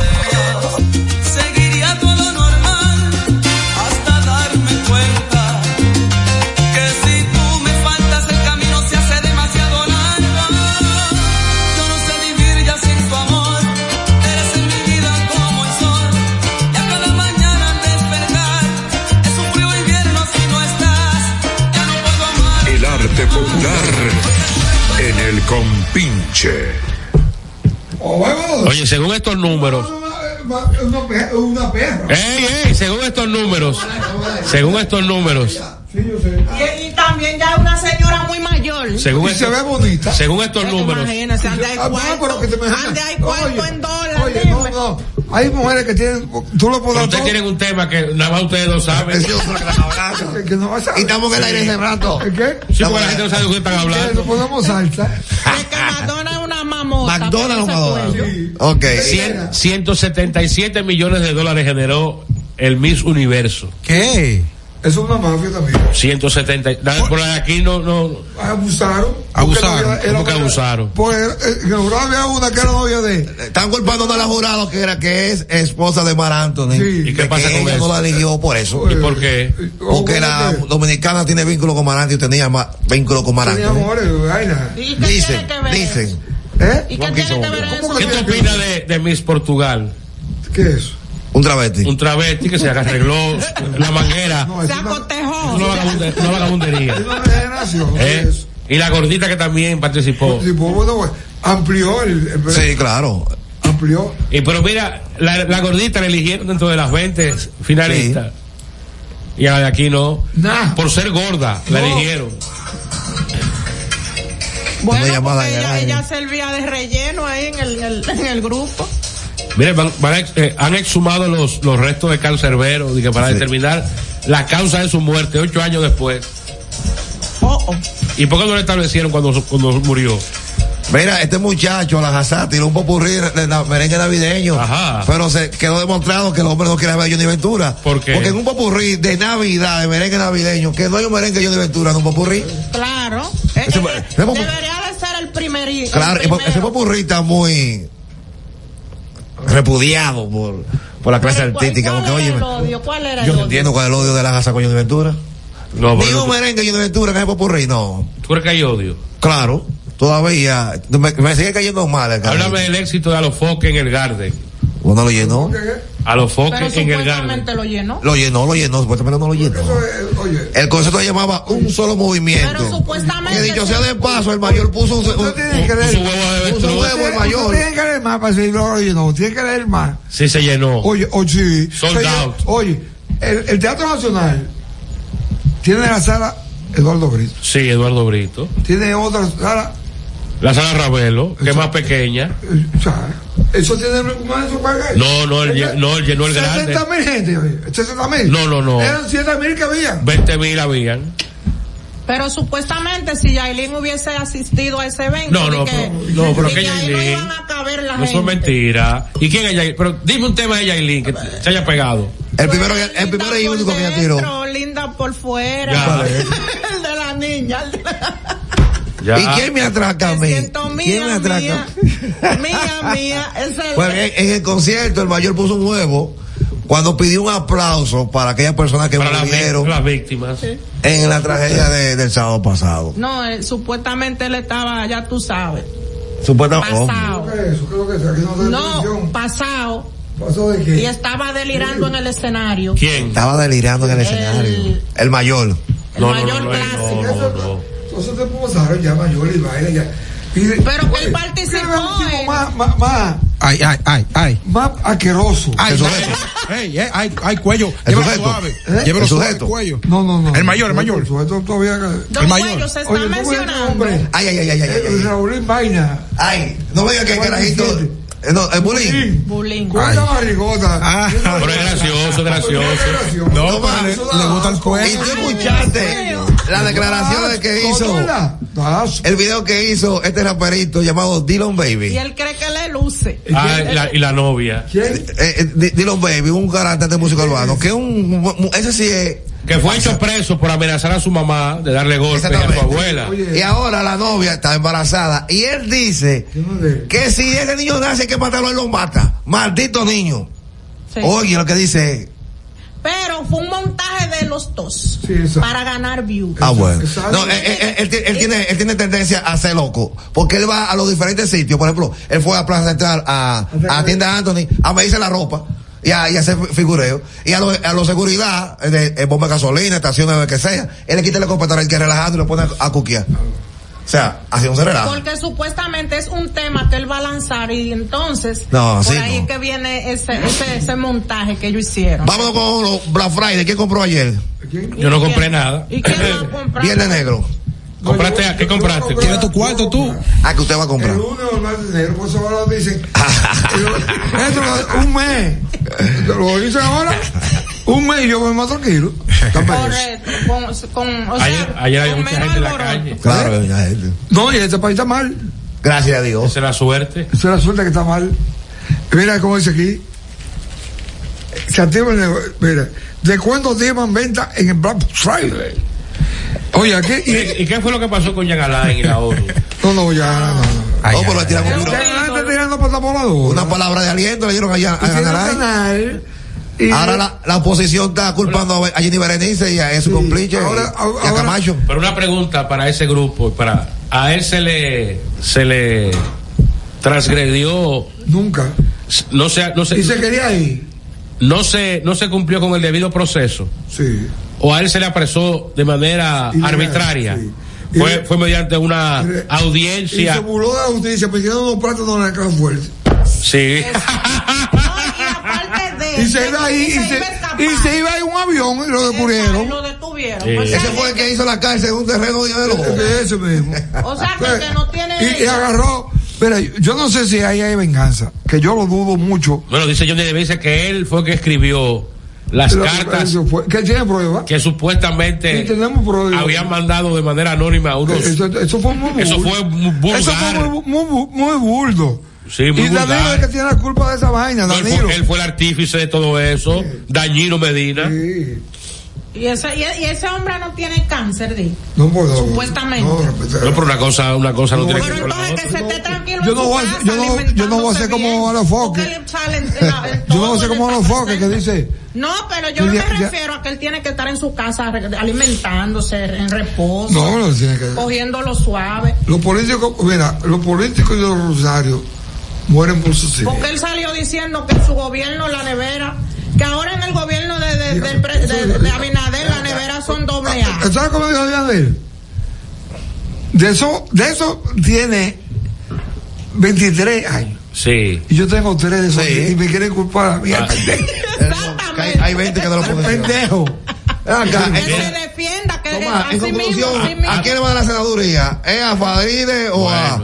[SPEAKER 15] Seguiría todo normal hasta darme cuenta que si tú me faltas el camino se hace demasiado largo. Yo no sé vivir ya sin tu amor, eres en mi vida como el sol. Ya cada mañana al despertar es un frío invierno si no estás. Ya no puedo amar.
[SPEAKER 6] El arte popular en el compinche.
[SPEAKER 4] Oh,
[SPEAKER 5] Oye, según estos números,
[SPEAKER 4] Una, pe- una perra.
[SPEAKER 5] ey, ey, según estos números, según estos números,
[SPEAKER 3] Y, y también ya una señora muy mayor.
[SPEAKER 5] según
[SPEAKER 3] Y se
[SPEAKER 5] estos,
[SPEAKER 3] ve
[SPEAKER 5] según estos números,
[SPEAKER 3] Imagínense, anda ahí
[SPEAKER 4] Ah, bueno,
[SPEAKER 3] cuarto. Anda ahí cuarto en dólares.
[SPEAKER 4] Oye, no, no. Hay mujeres que tienen. Tú lo puedes
[SPEAKER 5] ustedes tienen un tema que nada más ustedes lo saben.
[SPEAKER 4] Que- que no vas a-
[SPEAKER 1] Y estamos en el aire ese rato.
[SPEAKER 4] ¿Qué?
[SPEAKER 5] Sí, porque la gente no sabe de qué están hablando. Ah,
[SPEAKER 4] Eso ponemos salsa.
[SPEAKER 3] McDonald's es una mamota.
[SPEAKER 5] McDonald's,
[SPEAKER 3] pero
[SPEAKER 5] McDonald's.
[SPEAKER 3] ese cuello.
[SPEAKER 1] Ok.
[SPEAKER 5] 100, 177 millones de dólares generó el Miss Universo.
[SPEAKER 4] ¿Qué? Es una mafia también.
[SPEAKER 5] 170. da- Por aquí no. no
[SPEAKER 4] Abusaron. eh,
[SPEAKER 5] abusaron.
[SPEAKER 4] Era-
[SPEAKER 5] ¿Cómo que abusaron?
[SPEAKER 4] Por el, el- el jurado había una que era novia de.
[SPEAKER 1] Eh, Están culpando a la jurado que era que es esposa de Mar Anthony.
[SPEAKER 5] ¿Y qué
[SPEAKER 1] De
[SPEAKER 5] pasa
[SPEAKER 1] que
[SPEAKER 5] con
[SPEAKER 1] ella
[SPEAKER 5] eso?
[SPEAKER 1] no la eligió por eso.
[SPEAKER 5] ¿Y por qué?
[SPEAKER 1] Porque la dominicana tiene vínculo con Mar Anthony y tenía ma- vínculo con Mar
[SPEAKER 4] Tenía
[SPEAKER 1] Anthony.
[SPEAKER 4] amores, vaina.
[SPEAKER 3] ¿Y qué
[SPEAKER 1] Dicen,
[SPEAKER 3] tiene que ver eso?
[SPEAKER 1] dicen.
[SPEAKER 4] ¿Eh?
[SPEAKER 3] ¿Y qué tiene que ver eso?
[SPEAKER 5] ¿Qué te opinas de, de Miss Portugal?
[SPEAKER 4] ¿Qué es?
[SPEAKER 1] Un travesti.
[SPEAKER 5] Un travesti que se arregló la manguera.
[SPEAKER 3] Se acotejó.
[SPEAKER 5] Una vagabunde- una vagabundería.
[SPEAKER 4] Generación.
[SPEAKER 5] ¿eh? Y la gordita que también participó.
[SPEAKER 4] Sí, pues, bueno, pues, amplió el. el-
[SPEAKER 1] Sí, claro.
[SPEAKER 4] Amplió.
[SPEAKER 5] Y pero mira, la, la gordita la eligieron dentro de las 20 finalistas. Y a la de aquí no. Por ser gorda, la
[SPEAKER 4] No.
[SPEAKER 5] eligieron.
[SPEAKER 3] Bueno,
[SPEAKER 5] Una llamada
[SPEAKER 3] porque ella,
[SPEAKER 5] grave.
[SPEAKER 3] ella servía de relleno ahí en el, el- en el grupo.
[SPEAKER 5] Mire, van- van a ex- eh, han exhumado los, los restos de cancerbero dije, para determinar la causa de su muerte ocho años después.
[SPEAKER 4] Oh,
[SPEAKER 5] ¿Y por qué no lo establecieron cuando, su- cuando murió?
[SPEAKER 1] Mira, este muchacho, la Hazá, tiró un popurrí de la merengue navideño.
[SPEAKER 5] Ajá.
[SPEAKER 1] Pero se quedó demostrado que el hombre no quiere ver a Johnny Ventura.
[SPEAKER 5] ¿Por qué?
[SPEAKER 1] Porque en un popurrí de Navidad, de merengue navideño, que no hay un merengue Johnny Ventura en un popurrí.
[SPEAKER 3] Claro. Eh, eh,
[SPEAKER 1] Ese-
[SPEAKER 3] eh,
[SPEAKER 1] ese popu-
[SPEAKER 3] debería de popurrí. el
[SPEAKER 1] Claro,
[SPEAKER 3] primero.
[SPEAKER 1] ese popurrí está muy repudiado por, por la clase artística. Porque, oye,
[SPEAKER 3] el odio? ¿Cuál
[SPEAKER 1] yo
[SPEAKER 3] era el
[SPEAKER 1] no
[SPEAKER 3] odio?
[SPEAKER 1] entiendo cuál es el odio de la gasa con Johnny Ventura.
[SPEAKER 5] No,
[SPEAKER 1] Ni
[SPEAKER 5] pero-
[SPEAKER 1] un merengue Johnny Ventura que es popurrí, no.
[SPEAKER 5] ¿Tú crees que hay odio?
[SPEAKER 1] Claro, todavía. Me, me sigue cayendo mal el carajo.
[SPEAKER 5] Háblame del éxito de a los foques en el Garden.
[SPEAKER 1] ¿Vos no lo llenó?
[SPEAKER 5] A los
[SPEAKER 3] Pero
[SPEAKER 5] foques en el Garden.
[SPEAKER 3] supuestamente lo llenó.
[SPEAKER 1] Lo llenó, lo llenó, supuestamente no lo llenó. El concepto se llamaba un solo movimiento.
[SPEAKER 3] Pero
[SPEAKER 1] Que
[SPEAKER 3] supuestamente.
[SPEAKER 1] dicho sea de paso, el mayor puso un, un- puso un huevo de
[SPEAKER 4] Usted-
[SPEAKER 1] avestruz.
[SPEAKER 4] usted tiene que leer más para decir, no, oye, no, tiene que leer más.
[SPEAKER 5] Sí, se llenó.
[SPEAKER 4] Oye, oye, sí.
[SPEAKER 5] Sold
[SPEAKER 4] Se llenó.
[SPEAKER 5] out.
[SPEAKER 4] Oye, el, el Teatro Nacional tiene la sala Eduardo Brito,
[SPEAKER 5] Sí, Eduardo Brito.
[SPEAKER 4] tiene otra sala, Eh,
[SPEAKER 5] La sala Ravelo, que es más pequeña.
[SPEAKER 4] o sea, eso tiene más eso paga.
[SPEAKER 5] No, no, él lle- no, él llenó el grande.
[SPEAKER 4] 60 mil gente, oye, 60 mil.
[SPEAKER 5] No, no, no.
[SPEAKER 4] Eran 100 mil que había.
[SPEAKER 5] 20 mil habían.
[SPEAKER 3] Pero supuestamente si Yailin hubiese asistido a ese evento.
[SPEAKER 5] No,
[SPEAKER 3] de
[SPEAKER 5] no,
[SPEAKER 3] que-
[SPEAKER 5] pero, no, pero
[SPEAKER 3] de
[SPEAKER 5] que
[SPEAKER 3] que ahí no
[SPEAKER 5] Yailin.
[SPEAKER 3] iban a caber la
[SPEAKER 5] No son
[SPEAKER 3] gente.
[SPEAKER 5] mentiras. ¿Y quién es Yailin? Pero dime un tema de Yailin que se haya pegado.
[SPEAKER 1] El primero, el primero y único que ella tiró.
[SPEAKER 3] Pero linda por fuera.
[SPEAKER 5] Ya.
[SPEAKER 3] (laughs) el de la niña. el de la-
[SPEAKER 1] ¿Y quién me atraca a mí? ¿Quién me atraca?
[SPEAKER 3] Mía, mía. Ese es
[SPEAKER 1] Pues en, en el concierto el mayor puso un huevo cuando pidió un aplauso para aquellas personas que
[SPEAKER 5] Para las vi-
[SPEAKER 1] murieron
[SPEAKER 5] las víctimas.
[SPEAKER 1] en la tragedia de- del sábado pasado.
[SPEAKER 3] No, él- supuestamente él estaba, ya tú sabes.
[SPEAKER 1] Supuestamente. oh,
[SPEAKER 3] Pasado.
[SPEAKER 4] televisión.
[SPEAKER 3] No, pasado.
[SPEAKER 4] de
[SPEAKER 3] Y estaba delirando en el escenario.
[SPEAKER 5] ¿Quién?
[SPEAKER 1] Estaba delirando en el,
[SPEAKER 3] El-
[SPEAKER 1] escenario. El mayor.
[SPEAKER 3] No, no, no, mayor no, no, clásico.
[SPEAKER 4] no, Entonces te pasaron ya mayor y baila ya. Pero
[SPEAKER 3] que él participó. eh.
[SPEAKER 4] Más, más, más.
[SPEAKER 2] Ay, ay, ay, ay.
[SPEAKER 4] Más asqueroso.
[SPEAKER 2] Ay,
[SPEAKER 4] El
[SPEAKER 2] ay,
[SPEAKER 4] sujeto.
[SPEAKER 2] ay, ay, ay, ay, cuello.
[SPEAKER 4] El
[SPEAKER 2] Llévalo
[SPEAKER 4] sujeto.
[SPEAKER 2] suave.
[SPEAKER 4] ¿Eh?
[SPEAKER 2] Llévalo
[SPEAKER 4] El
[SPEAKER 2] suave,
[SPEAKER 4] sujeto.
[SPEAKER 2] cuello.
[SPEAKER 4] No, no, no.
[SPEAKER 2] El mayor, el mayor.
[SPEAKER 4] El sujeto todavía.
[SPEAKER 2] Don mayor.
[SPEAKER 3] Cuello se está
[SPEAKER 4] Oye, ¿cómo es este
[SPEAKER 3] mencionando.
[SPEAKER 4] hombre?
[SPEAKER 1] Ay, ay, ay, ay, ay, ay, ay.
[SPEAKER 4] El Raúl Vaina.
[SPEAKER 1] Ay, no me digas que el carajito. eh, No, el bullying.
[SPEAKER 3] Bulín.
[SPEAKER 4] Cuenta barrigota.
[SPEAKER 1] Ah.
[SPEAKER 5] Pero es gracioso, gracioso.
[SPEAKER 2] No, pero le, le gusta el
[SPEAKER 1] ¿Y
[SPEAKER 2] cuello.
[SPEAKER 1] tú escuchaste las declaraciones que hizo? El video que hizo este raperito llamado Dylan Baby.
[SPEAKER 3] Y él cree que le luce.
[SPEAKER 5] Ah, y la, y la novia.
[SPEAKER 1] Eh, eh, D- Dylan Baby, un cantante de música urbano, que un, mu- ese sí es.
[SPEAKER 5] Que fue hecho preso por amenazar a su mamá de darle golpes a su abuela.
[SPEAKER 1] Y ahora la novia está embarazada y él dice que si ese niño nace hay que matarlo, él lo mata. Maldito niño.
[SPEAKER 3] Sí.
[SPEAKER 1] Oye, lo que dice.
[SPEAKER 3] Pero fue un montaje de los dos. para ganar views.
[SPEAKER 1] Ah, bueno. No, él, él- él ti- él tiene, él tiene tendencia a ser loco. Porque él va a los diferentes sitios. Por ejemplo, él fue a Plaza Central, a, a tienda Anthony, a medirse la ropa y a, y a hacer fi- figureo. Y a los a los seguridad, eh, de, eh, bomba de gasolina, estaciones, lo que sea. Él le quita la copa el que relajando y lo pone a, a cuquear. O sea, haciéndose relajo.
[SPEAKER 3] Porque supuestamente es un tema que él va a lanzar y entonces
[SPEAKER 1] No,
[SPEAKER 3] por
[SPEAKER 1] así
[SPEAKER 3] ahí
[SPEAKER 1] no.
[SPEAKER 3] es que viene ese, ese, ese montaje que ellos hicieron.
[SPEAKER 1] Vámonos con los Black Friday. ¿Quién compró ayer?
[SPEAKER 5] Yo no compré nada.
[SPEAKER 3] ¿Y quién va
[SPEAKER 1] (laughs)
[SPEAKER 3] a comprar?
[SPEAKER 1] Viernes negro.
[SPEAKER 5] ¿Compraste? ¿Qué compraste?
[SPEAKER 2] Tiene tu cuarto tú.
[SPEAKER 1] Ah, que usted va a comprar.
[SPEAKER 4] Uno más dinero, por eso
[SPEAKER 1] (laughs)
[SPEAKER 4] ahora dicen. Eso lo- un mes. Lo dicen ahora. Un mes y yo voy más
[SPEAKER 3] (laughs)
[SPEAKER 4] tranquilo.
[SPEAKER 3] Correcto. Con, con- o sea,
[SPEAKER 5] Ayer, ayer había
[SPEAKER 3] con
[SPEAKER 5] mucha
[SPEAKER 3] menos
[SPEAKER 5] gente en la
[SPEAKER 3] alboroto.
[SPEAKER 5] calle.
[SPEAKER 1] Claro, doña gente.
[SPEAKER 4] No, y este país está mal.
[SPEAKER 1] Gracias a Dios.
[SPEAKER 5] Esa es la suerte.
[SPEAKER 4] Esa es la suerte que está mal. Mira cómo dice aquí. Se activa el negocio. Mira, ¿de cuánto tiempo en venta en el Black Friday? Oye, aquí. y-
[SPEAKER 5] ¿Y, y qué fue lo que pasó con Jan Alain y la ONU?
[SPEAKER 4] no, no, ya, no, no.
[SPEAKER 1] Oh, pero le tiramos un tiro.
[SPEAKER 4] Ya está tirando por la voladora.
[SPEAKER 1] Una palabra de aliento le dieron allá a
[SPEAKER 4] Tiene
[SPEAKER 1] Ganaray.
[SPEAKER 4] canal, y-
[SPEAKER 1] Ahora la, la oposición está culpando a Jenny Berenice y a su complice
[SPEAKER 4] Ahora-
[SPEAKER 1] y, y a Camacho.
[SPEAKER 5] Pero una pregunta para ese grupo, para a él se le se le transgredió,
[SPEAKER 4] Nunca.
[SPEAKER 5] no se no se,
[SPEAKER 4] Y se quería ir.
[SPEAKER 5] no se no se cumplió con el debido proceso
[SPEAKER 4] Sí.
[SPEAKER 5] o a él se le apresó de manera
[SPEAKER 4] Ilegal,
[SPEAKER 5] arbitraria.
[SPEAKER 4] sí.
[SPEAKER 5] Fue, fue mediante una
[SPEAKER 4] Y se
[SPEAKER 5] audiencia.
[SPEAKER 4] burló de la justicia pidiendo unos plátanos en la caja fuerte.
[SPEAKER 5] Sí.
[SPEAKER 3] Aparte de-
[SPEAKER 4] Y se iba ahí, y
[SPEAKER 3] y
[SPEAKER 4] se,
[SPEAKER 3] iba a escapar.
[SPEAKER 4] y se iba en un avión y lo
[SPEAKER 3] Y
[SPEAKER 4] depurieron.
[SPEAKER 3] lo detuvieron. pues,
[SPEAKER 5] Sí.
[SPEAKER 3] O sea,
[SPEAKER 1] Ese fue el que hizo la cárcel en un terreno de lobo.
[SPEAKER 4] Eso mismo.
[SPEAKER 3] o sea, que el que no tiene
[SPEAKER 4] Y, y
[SPEAKER 3] derecho.
[SPEAKER 4] agarró. Mira, yo no sé si ahí hay venganza, que yo lo dudo mucho.
[SPEAKER 5] Bueno, dice Johnny Davis que él fue que escribió las
[SPEAKER 4] Lo-
[SPEAKER 5] cartas
[SPEAKER 4] eso fue- que tiene pruebas.
[SPEAKER 5] que supuestamente
[SPEAKER 4] Y tenemos pruebas.
[SPEAKER 5] habían mandado de manera anónima a unos.
[SPEAKER 4] Eso, eso fue muy
[SPEAKER 5] Eso
[SPEAKER 4] burdo.
[SPEAKER 5] fue muy vulgar.
[SPEAKER 4] Eso fue muy, muy, bu- muy burdo.
[SPEAKER 5] Sí, muy
[SPEAKER 4] y Danilo
[SPEAKER 5] vulgar.
[SPEAKER 4] es que tiene la culpa de esa vaina,
[SPEAKER 5] No, él,
[SPEAKER 4] Danilo.
[SPEAKER 5] fue, él fue el artífice de todo eso, Dañino Medina.
[SPEAKER 4] Sí.
[SPEAKER 3] Y ese, y y ese hombre no tiene cáncer, Dick.
[SPEAKER 4] No puedo.
[SPEAKER 3] Supuestamente.
[SPEAKER 5] No, pero una cosa, una cosa no, tiene que ver con la otra.
[SPEAKER 3] que se esté tranquilo.
[SPEAKER 4] Yo no voy a, yo no, yo no voy a ser como a los foques. (laughs) Yo no voy a ser como a los foques que dice.
[SPEAKER 3] No, pero yo no
[SPEAKER 4] Tú
[SPEAKER 3] me
[SPEAKER 4] ya- ya-
[SPEAKER 3] refiero a que él tiene que estar en su casa re- alimentándose, en reposo,
[SPEAKER 4] No, eh. no tiene que.
[SPEAKER 3] cogiéndolo suave.
[SPEAKER 4] Los políticos, mira, los políticos de los Rosario mueren por sus hijos.
[SPEAKER 3] Porque él salió diciendo que su gobierno, la nevera, que ahora en el gobierno de, de- del pre- de- de Abinader, la nevera son doble A.
[SPEAKER 4] ¿Sabes cómo dijo Abinader? De eso, de eso tiene 23 años.
[SPEAKER 5] Sí.
[SPEAKER 4] Y yo tengo 3 de esos y me quieren culpar a mí.
[SPEAKER 5] Ah.
[SPEAKER 4] (laughs) al pendejo.
[SPEAKER 1] Hay, hay 20 que no
[SPEAKER 4] (laughs)
[SPEAKER 1] lo pueden decir.
[SPEAKER 4] pendejo. Ah,
[SPEAKER 1] acá.
[SPEAKER 3] Que se defienda, que
[SPEAKER 1] Toma,
[SPEAKER 3] así
[SPEAKER 1] en
[SPEAKER 3] mismo,
[SPEAKER 1] conclusión,
[SPEAKER 3] así mismo.
[SPEAKER 1] ¿a quién le va a dar la senaduría? ¿Eh, ¿A Fadride o a, a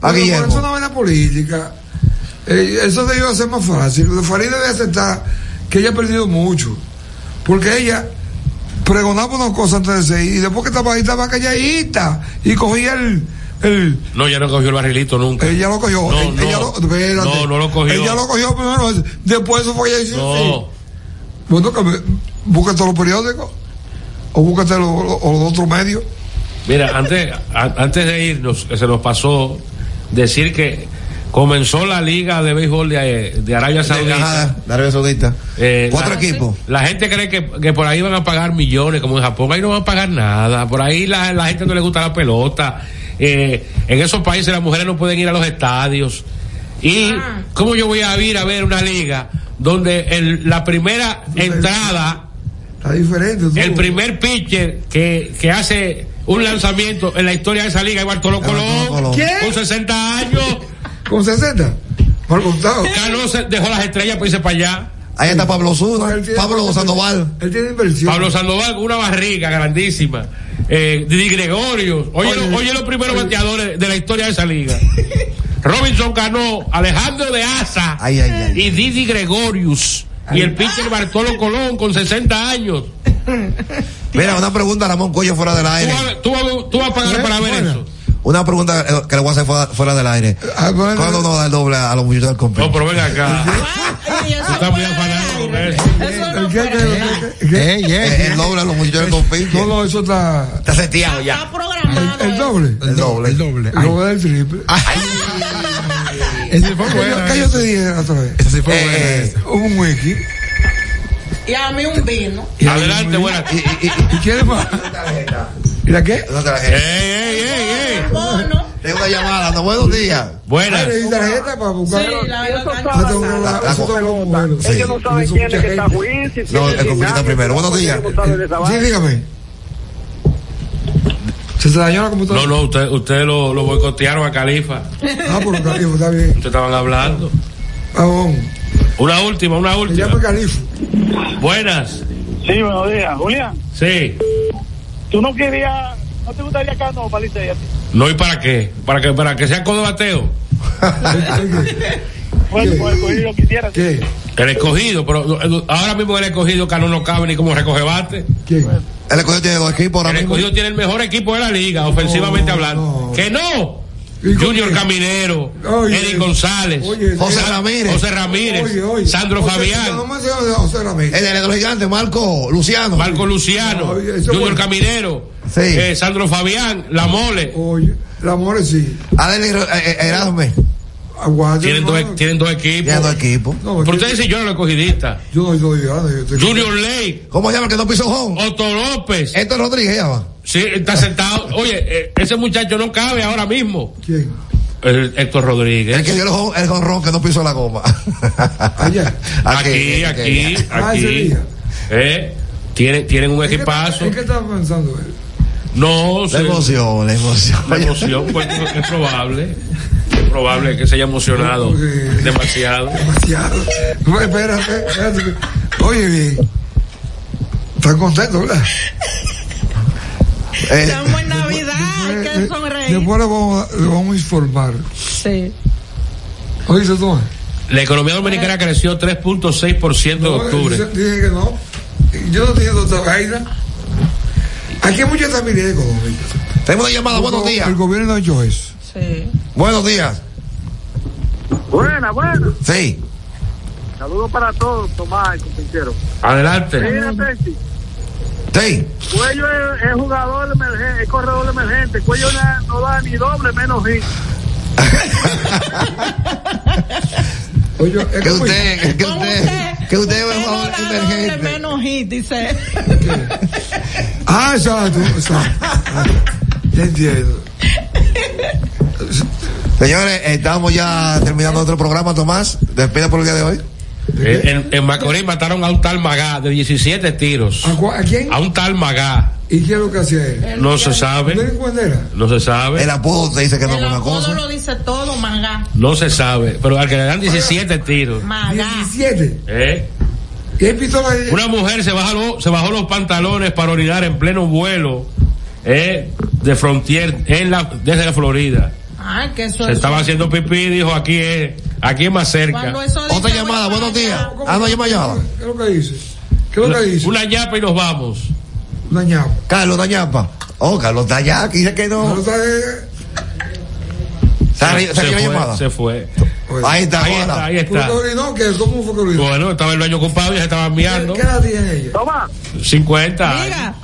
[SPEAKER 4] Pero
[SPEAKER 1] Guillermo?
[SPEAKER 4] Por eso no va la política. Eh, eso debió ser más fácil. Lo de Farida debe aceptar que ella ha perdido mucho. Porque ella pregonaba unas cosas antes de ser y después que estaba ahí estaba calladita y cogía el... el
[SPEAKER 5] No, ya no cogió el barrilito nunca.
[SPEAKER 4] ella lo cogió.
[SPEAKER 5] No,
[SPEAKER 4] ella
[SPEAKER 5] no.
[SPEAKER 4] lo, espérate.
[SPEAKER 5] No, no lo cogió.
[SPEAKER 4] Ella lo cogió primero. Después eso fue que ella hizo así.
[SPEAKER 5] No.
[SPEAKER 4] Bueno, que me- búscate los periódicos o búscate los, los- los otros medios.
[SPEAKER 5] Mira, antes, a- antes de irnos, se nos pasó decir que comenzó la liga de béisbol de, de Arabia Saudita.
[SPEAKER 1] De Arabia Saudita.
[SPEAKER 5] Eh,
[SPEAKER 1] Cuatro
[SPEAKER 5] la-
[SPEAKER 1] equipos.
[SPEAKER 5] La gente cree que, que por ahí van a pagar millones, como en Japón. Ahí no van a pagar nada. Por ahí la, la gente no le gusta la pelota. Eh, en esos países las mujeres no pueden ir a los estadios. ¿Y cómo yo voy a ir a ver una liga donde el- la primera entrada...
[SPEAKER 4] Está diferente. tú.
[SPEAKER 5] El primer pitcher que, que hace un lanzamiento en la historia de esa liga es Bartolo Colón.
[SPEAKER 4] ¿Quién?
[SPEAKER 5] Con 60 años.
[SPEAKER 4] (laughs) Con 60. Mal contado.
[SPEAKER 5] Ganó, se- dejó las estrellas para irse para allá.
[SPEAKER 1] Ahí está Pablo Zuna, Pablo Sandoval.
[SPEAKER 4] Él tiene inversión.
[SPEAKER 5] Pablo Sandoval con una barriga grandísima. Eh, Didi Gregorio. Oye, lo- oye los primeros bateadores de la historia de esa
[SPEAKER 4] (laughs)
[SPEAKER 5] liga. Robinson Cano, Alejandro de Asa y Didi Gregorius. Y el pitcher Bartolo Colón con 60 años.
[SPEAKER 1] Mira, una pregunta a Ramón Cuello fuera del
[SPEAKER 5] ¿Tú
[SPEAKER 1] aire.
[SPEAKER 5] vas, tú vas- tú vas a pagar para ver eso?
[SPEAKER 1] Una pregunta eh, que le voy a hacer fuera, fuera del aire.
[SPEAKER 4] Ah,
[SPEAKER 1] ¿Cuándo nos da el doble a los muchachos del complejo?
[SPEAKER 5] No, pero ven acá.
[SPEAKER 3] Tú
[SPEAKER 5] estás muy afanado con eso.
[SPEAKER 1] Eh, eh, El doble a los muchachos del complejo.
[SPEAKER 4] No, eso está.
[SPEAKER 1] Está seteado ya.
[SPEAKER 4] El doble.
[SPEAKER 1] El doble. El doble.
[SPEAKER 4] El doble del triple. Ese fue bueno. ¿Qué yo te dije la otra vez? Ese fue Un wiki.
[SPEAKER 3] Y a mí un vino.
[SPEAKER 5] Adelante, buena.
[SPEAKER 1] ¿Y,
[SPEAKER 4] y, quién más? ¿Y la qué?
[SPEAKER 1] La tarjeta.
[SPEAKER 5] ¡Ey, ey, ey!
[SPEAKER 1] Tengo una llamada, no buenos días.
[SPEAKER 5] Buenas.
[SPEAKER 4] ¿Y tarjeta para buscar?
[SPEAKER 12] Ellos no saben quién es que está juicio. si
[SPEAKER 1] No,
[SPEAKER 12] es
[SPEAKER 1] el computador
[SPEAKER 12] nadie,
[SPEAKER 1] primero. Buenos días.
[SPEAKER 12] ellos no saben de esa
[SPEAKER 4] Sí,
[SPEAKER 12] vaina.
[SPEAKER 4] dígame. ¿Se te dañó la computadora?
[SPEAKER 5] No, no, ustedes usted lo, lo boicotearon a Califa.
[SPEAKER 4] Ah, por está bien, está bien.
[SPEAKER 5] Ustedes estaban hablando.
[SPEAKER 4] Vamos.
[SPEAKER 5] Una última, una última. Buenas.
[SPEAKER 12] Sí, buenos días. Julián,
[SPEAKER 5] Sí.
[SPEAKER 12] tú no querías, no te gustaría acá, no, Palice.
[SPEAKER 5] No, ¿y para qué? ¿Para que, para que sea codo bateo?
[SPEAKER 12] Bueno, pues el cogido quisiera.
[SPEAKER 4] ¿Qué?
[SPEAKER 5] El escogido, pero eh, ahora mismo el escogido Cano no cabe ni como recoge bate.
[SPEAKER 1] El escogido tiene dos equipos ahora
[SPEAKER 5] El
[SPEAKER 1] mismo.
[SPEAKER 5] escogido tiene el mejor equipo de la liga, ofensivamente hablando. ¡Que no! Junior Caminero, Eddie González,
[SPEAKER 1] José Ramírez.
[SPEAKER 5] José Ramírez, Sandro Fabián.
[SPEAKER 4] No me digas de José Ramírez.
[SPEAKER 1] El heredero gigante, Marco Luciano.
[SPEAKER 5] Pues, Marco Luciano, Junior Caminero, eh, Sandro Fabián, La Mole.
[SPEAKER 4] Oye, La Mole sí.
[SPEAKER 1] Adel Erasme.
[SPEAKER 4] Aguante.
[SPEAKER 5] Tienen dos, e- tienen dos equipos.
[SPEAKER 1] Tienen dos equipos.
[SPEAKER 5] Pero ustedes dicen, yo no lo escogidista.
[SPEAKER 4] Yo no estoy llorando. yo estoy-
[SPEAKER 5] Junior Ley.
[SPEAKER 1] ¿Cómo se llama el que no pisó home?
[SPEAKER 5] Otto López.
[SPEAKER 1] Héctor Rodríguez ya va.
[SPEAKER 5] Sí, está sentado. Oye, eh, ese muchacho no cabe ahora mismo.
[SPEAKER 4] ¿Quién?
[SPEAKER 5] El Héctor Rodríguez.
[SPEAKER 1] El que dio el home- el jonrón que no pisó la goma.
[SPEAKER 5] Aquí, aquí,
[SPEAKER 4] Ah,
[SPEAKER 5] aquí.
[SPEAKER 4] ese día.
[SPEAKER 5] Eh, tienen, tienen un equipazo.
[SPEAKER 4] ¿En qué estaba pensando él?
[SPEAKER 5] No,
[SPEAKER 1] La emoción, la emoción.
[SPEAKER 5] La emoción, pues, es probable. Es probable que se haya emocionado demasiado.
[SPEAKER 4] Demasiado. Bueno, espérate, espérate. Oye, bien. Estás contento, ¿verdad? Eh,
[SPEAKER 3] Estamos en Navidad, hay que sonreír.
[SPEAKER 4] Después le vamos, a- le vamos a informar.
[SPEAKER 3] Sí.
[SPEAKER 4] Oye, se toma.
[SPEAKER 5] La economía dominicana creció 3.6% en octubre.
[SPEAKER 4] Dije, dije que no. Yo no tenía otra vaina. Aquí hay mucha estabilidad económica.
[SPEAKER 1] Tenemos una llamada, buenos
[SPEAKER 4] El-
[SPEAKER 1] días.
[SPEAKER 4] El gobierno ha hecho eso.
[SPEAKER 3] Sí.
[SPEAKER 1] Buenos días.
[SPEAKER 12] Buena, buena.
[SPEAKER 1] Sí.
[SPEAKER 12] Saludos para todos, Tomás, compañero.
[SPEAKER 5] Adelante.
[SPEAKER 12] Mira, Tessy,
[SPEAKER 1] Sí.
[SPEAKER 12] Cuello es, es jugador emergente, es corredor emergente. Cuello na- no, da ni doble, menos hit.
[SPEAKER 4] Oye, es
[SPEAKER 1] que
[SPEAKER 4] como-
[SPEAKER 1] usted, que usted, que usted es
[SPEAKER 3] no
[SPEAKER 1] mejor
[SPEAKER 3] da
[SPEAKER 1] emergente.
[SPEAKER 3] doble menos hit, dice.
[SPEAKER 4] Ah, exacto, exacto. Ya entiendo.
[SPEAKER 1] (laughs) Señores, estamos ya terminando otro programa, Tomás. Despida por el día de hoy.
[SPEAKER 5] Eh, En, en Macorís mataron a un tal Magá de 17 tiros.
[SPEAKER 4] ¿A, quién?
[SPEAKER 5] A un tal Magá.
[SPEAKER 4] ¿Y qué es lo que hacía él?
[SPEAKER 5] No se sabe. No se sabe.
[SPEAKER 1] El apodo te dice que no es una
[SPEAKER 3] Todo lo dice todo, manga.
[SPEAKER 5] No se sabe. Pero al que le dan 17 tiros.
[SPEAKER 3] Maga.
[SPEAKER 4] 17.
[SPEAKER 5] ¿eh? Una mujer se bajó, se bajó los pantalones para orinar en pleno vuelo ¿eh? de Frontier en la, desde la Florida.
[SPEAKER 3] Ay, que eso
[SPEAKER 5] Se
[SPEAKER 3] es-
[SPEAKER 5] estaba haciendo pipí y dijo aquí es, aquí es más cerca.
[SPEAKER 3] Cuando eso dice, voy para
[SPEAKER 1] Ah,
[SPEAKER 3] allá.
[SPEAKER 4] ¿Qué es lo que dice? ¿Qué es lo que dice?
[SPEAKER 5] Una ñapa y nos vamos.
[SPEAKER 4] Una ñapa.
[SPEAKER 1] Carlos Dañapa. Oh, Carlos Dañapa, dice que no.
[SPEAKER 4] Carlos
[SPEAKER 1] ¿Sale,
[SPEAKER 5] se,
[SPEAKER 1] la
[SPEAKER 5] fue,
[SPEAKER 1] llamada?
[SPEAKER 5] se fue.
[SPEAKER 1] Ahí está,
[SPEAKER 5] ahí
[SPEAKER 1] hola.
[SPEAKER 5] está, ahí está.
[SPEAKER 4] ¿Por qué orinó? ¿Qué? ¿Cómo fue que orinó?
[SPEAKER 5] Bueno, estaba el baño ocupado y se estaba mirando.
[SPEAKER 4] ¿Qué edad tiene Ah, pues, ella?
[SPEAKER 12] Toma,
[SPEAKER 5] 50.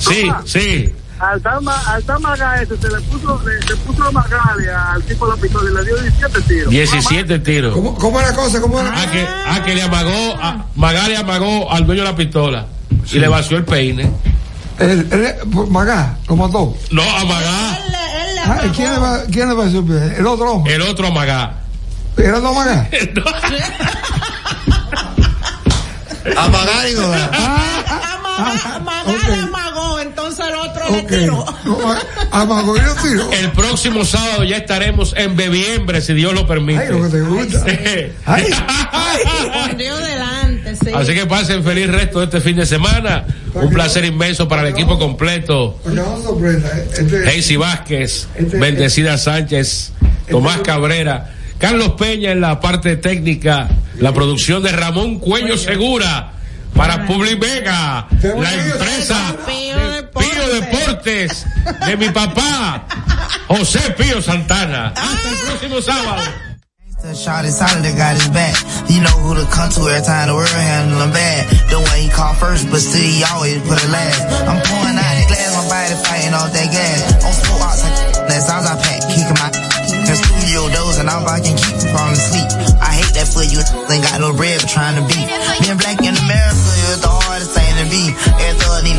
[SPEAKER 5] Sí, sí.
[SPEAKER 12] al Tama- al Tamaga ese se le puso, le, le puso Magali al tipo de la pistola y le dio 17 tiros.
[SPEAKER 5] 17 tiros. ¿Cómo,
[SPEAKER 4] es la cosa? ¿Cómo
[SPEAKER 5] A que, a que le amagó,
[SPEAKER 3] Ah.
[SPEAKER 5] a, Magali amagó al dueño de la pistola y le vació el peine.
[SPEAKER 4] El, pues, el, Magá, lo mató.
[SPEAKER 5] No, a Magá.
[SPEAKER 4] Ah, ¿quién, le va, ¿Quién le va a decir? El otro hombre.
[SPEAKER 5] El otro a Magá.
[SPEAKER 4] ¿Era no
[SPEAKER 5] (laughs)
[SPEAKER 4] Magá? (laughs)
[SPEAKER 1] Amagar y Ah, no da.
[SPEAKER 3] Maga la amagó, entonces el otro le
[SPEAKER 4] Ok.
[SPEAKER 3] tiró.
[SPEAKER 4] Amagó y lo tiró.
[SPEAKER 5] El próximo sábado ya estaremos en Bebiembre, si Dios lo permite.
[SPEAKER 4] Ay, lo que te gusta. Ay.
[SPEAKER 3] Por Dios delante, sí.
[SPEAKER 5] Así que pasen feliz resto de este fin de semana. Un placer inmenso para el equipo completo.
[SPEAKER 4] No sorprenda. eh. Este,
[SPEAKER 5] Daisy Vázquez, Bendecida Sánchez, Tomás Cabrera, Carlos Peña en la parte técnica, la producción de Ramón Cuello Segura para Publivega, la empresa de Pío Deportes de mi papá, José Pío Santana. Hasta el próximo sábado.
[SPEAKER 16] Shot is solid, I got his back. You know who to come to every time the world handle him bad. The way he call first, but still he always put it last. I'm pouring out the glass, my body fighting off that gas. On four outs, I that sounds I pack, kicking my in studio doors, and I'm about to keep him from sleep. I hate that for you, ain't got no bread for trying to beat. Being black in America is the hardest thing to be. Every thug need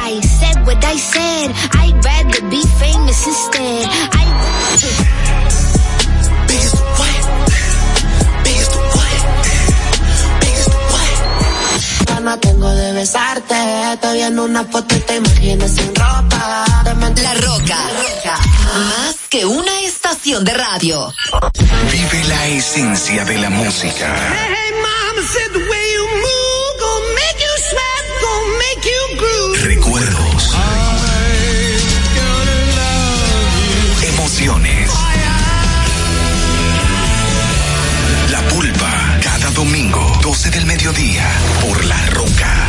[SPEAKER 7] I said what I said. I'd rather be famous instead. I. Biggest what? Biggest what? Biggest
[SPEAKER 17] Gana tengo de besarte. Te vi en una foto y te imaginas sin ropa.
[SPEAKER 18] La Roca, más que una estación de radio.
[SPEAKER 8] Vive la esencia de la música.
[SPEAKER 15] Hey, mama said the way you move gonna make you sweat, gonna make you groove.
[SPEAKER 8] Recuerdos. Emociones. La pulpa. Cada domingo, 12 del mediodía. Por La Roca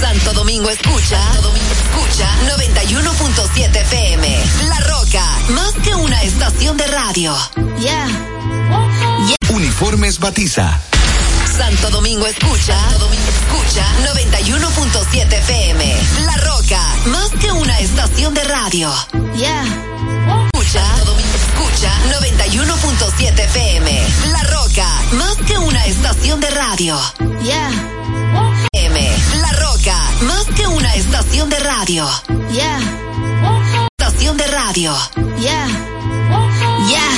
[SPEAKER 18] Santo Domingo escucha, Santo Domingo escucha 91.7 FM. La Roca, más que una estación de radio.
[SPEAKER 19] Yeah. Uniformes Batiza.
[SPEAKER 18] Santo Domingo escucha, Santo Domingo escucha 91.7 FM. La Roca, más que una estación de radio.
[SPEAKER 7] Yeah.
[SPEAKER 18] Escucha, Santo Domingo escucha 91.7 FM. La Roca, más que una estación de radio.
[SPEAKER 7] Yeah.
[SPEAKER 18] FM. La Roca, más que una estación de radio.
[SPEAKER 7] Yeah.
[SPEAKER 18] Estación de radio.
[SPEAKER 7] Yeah. Yeah.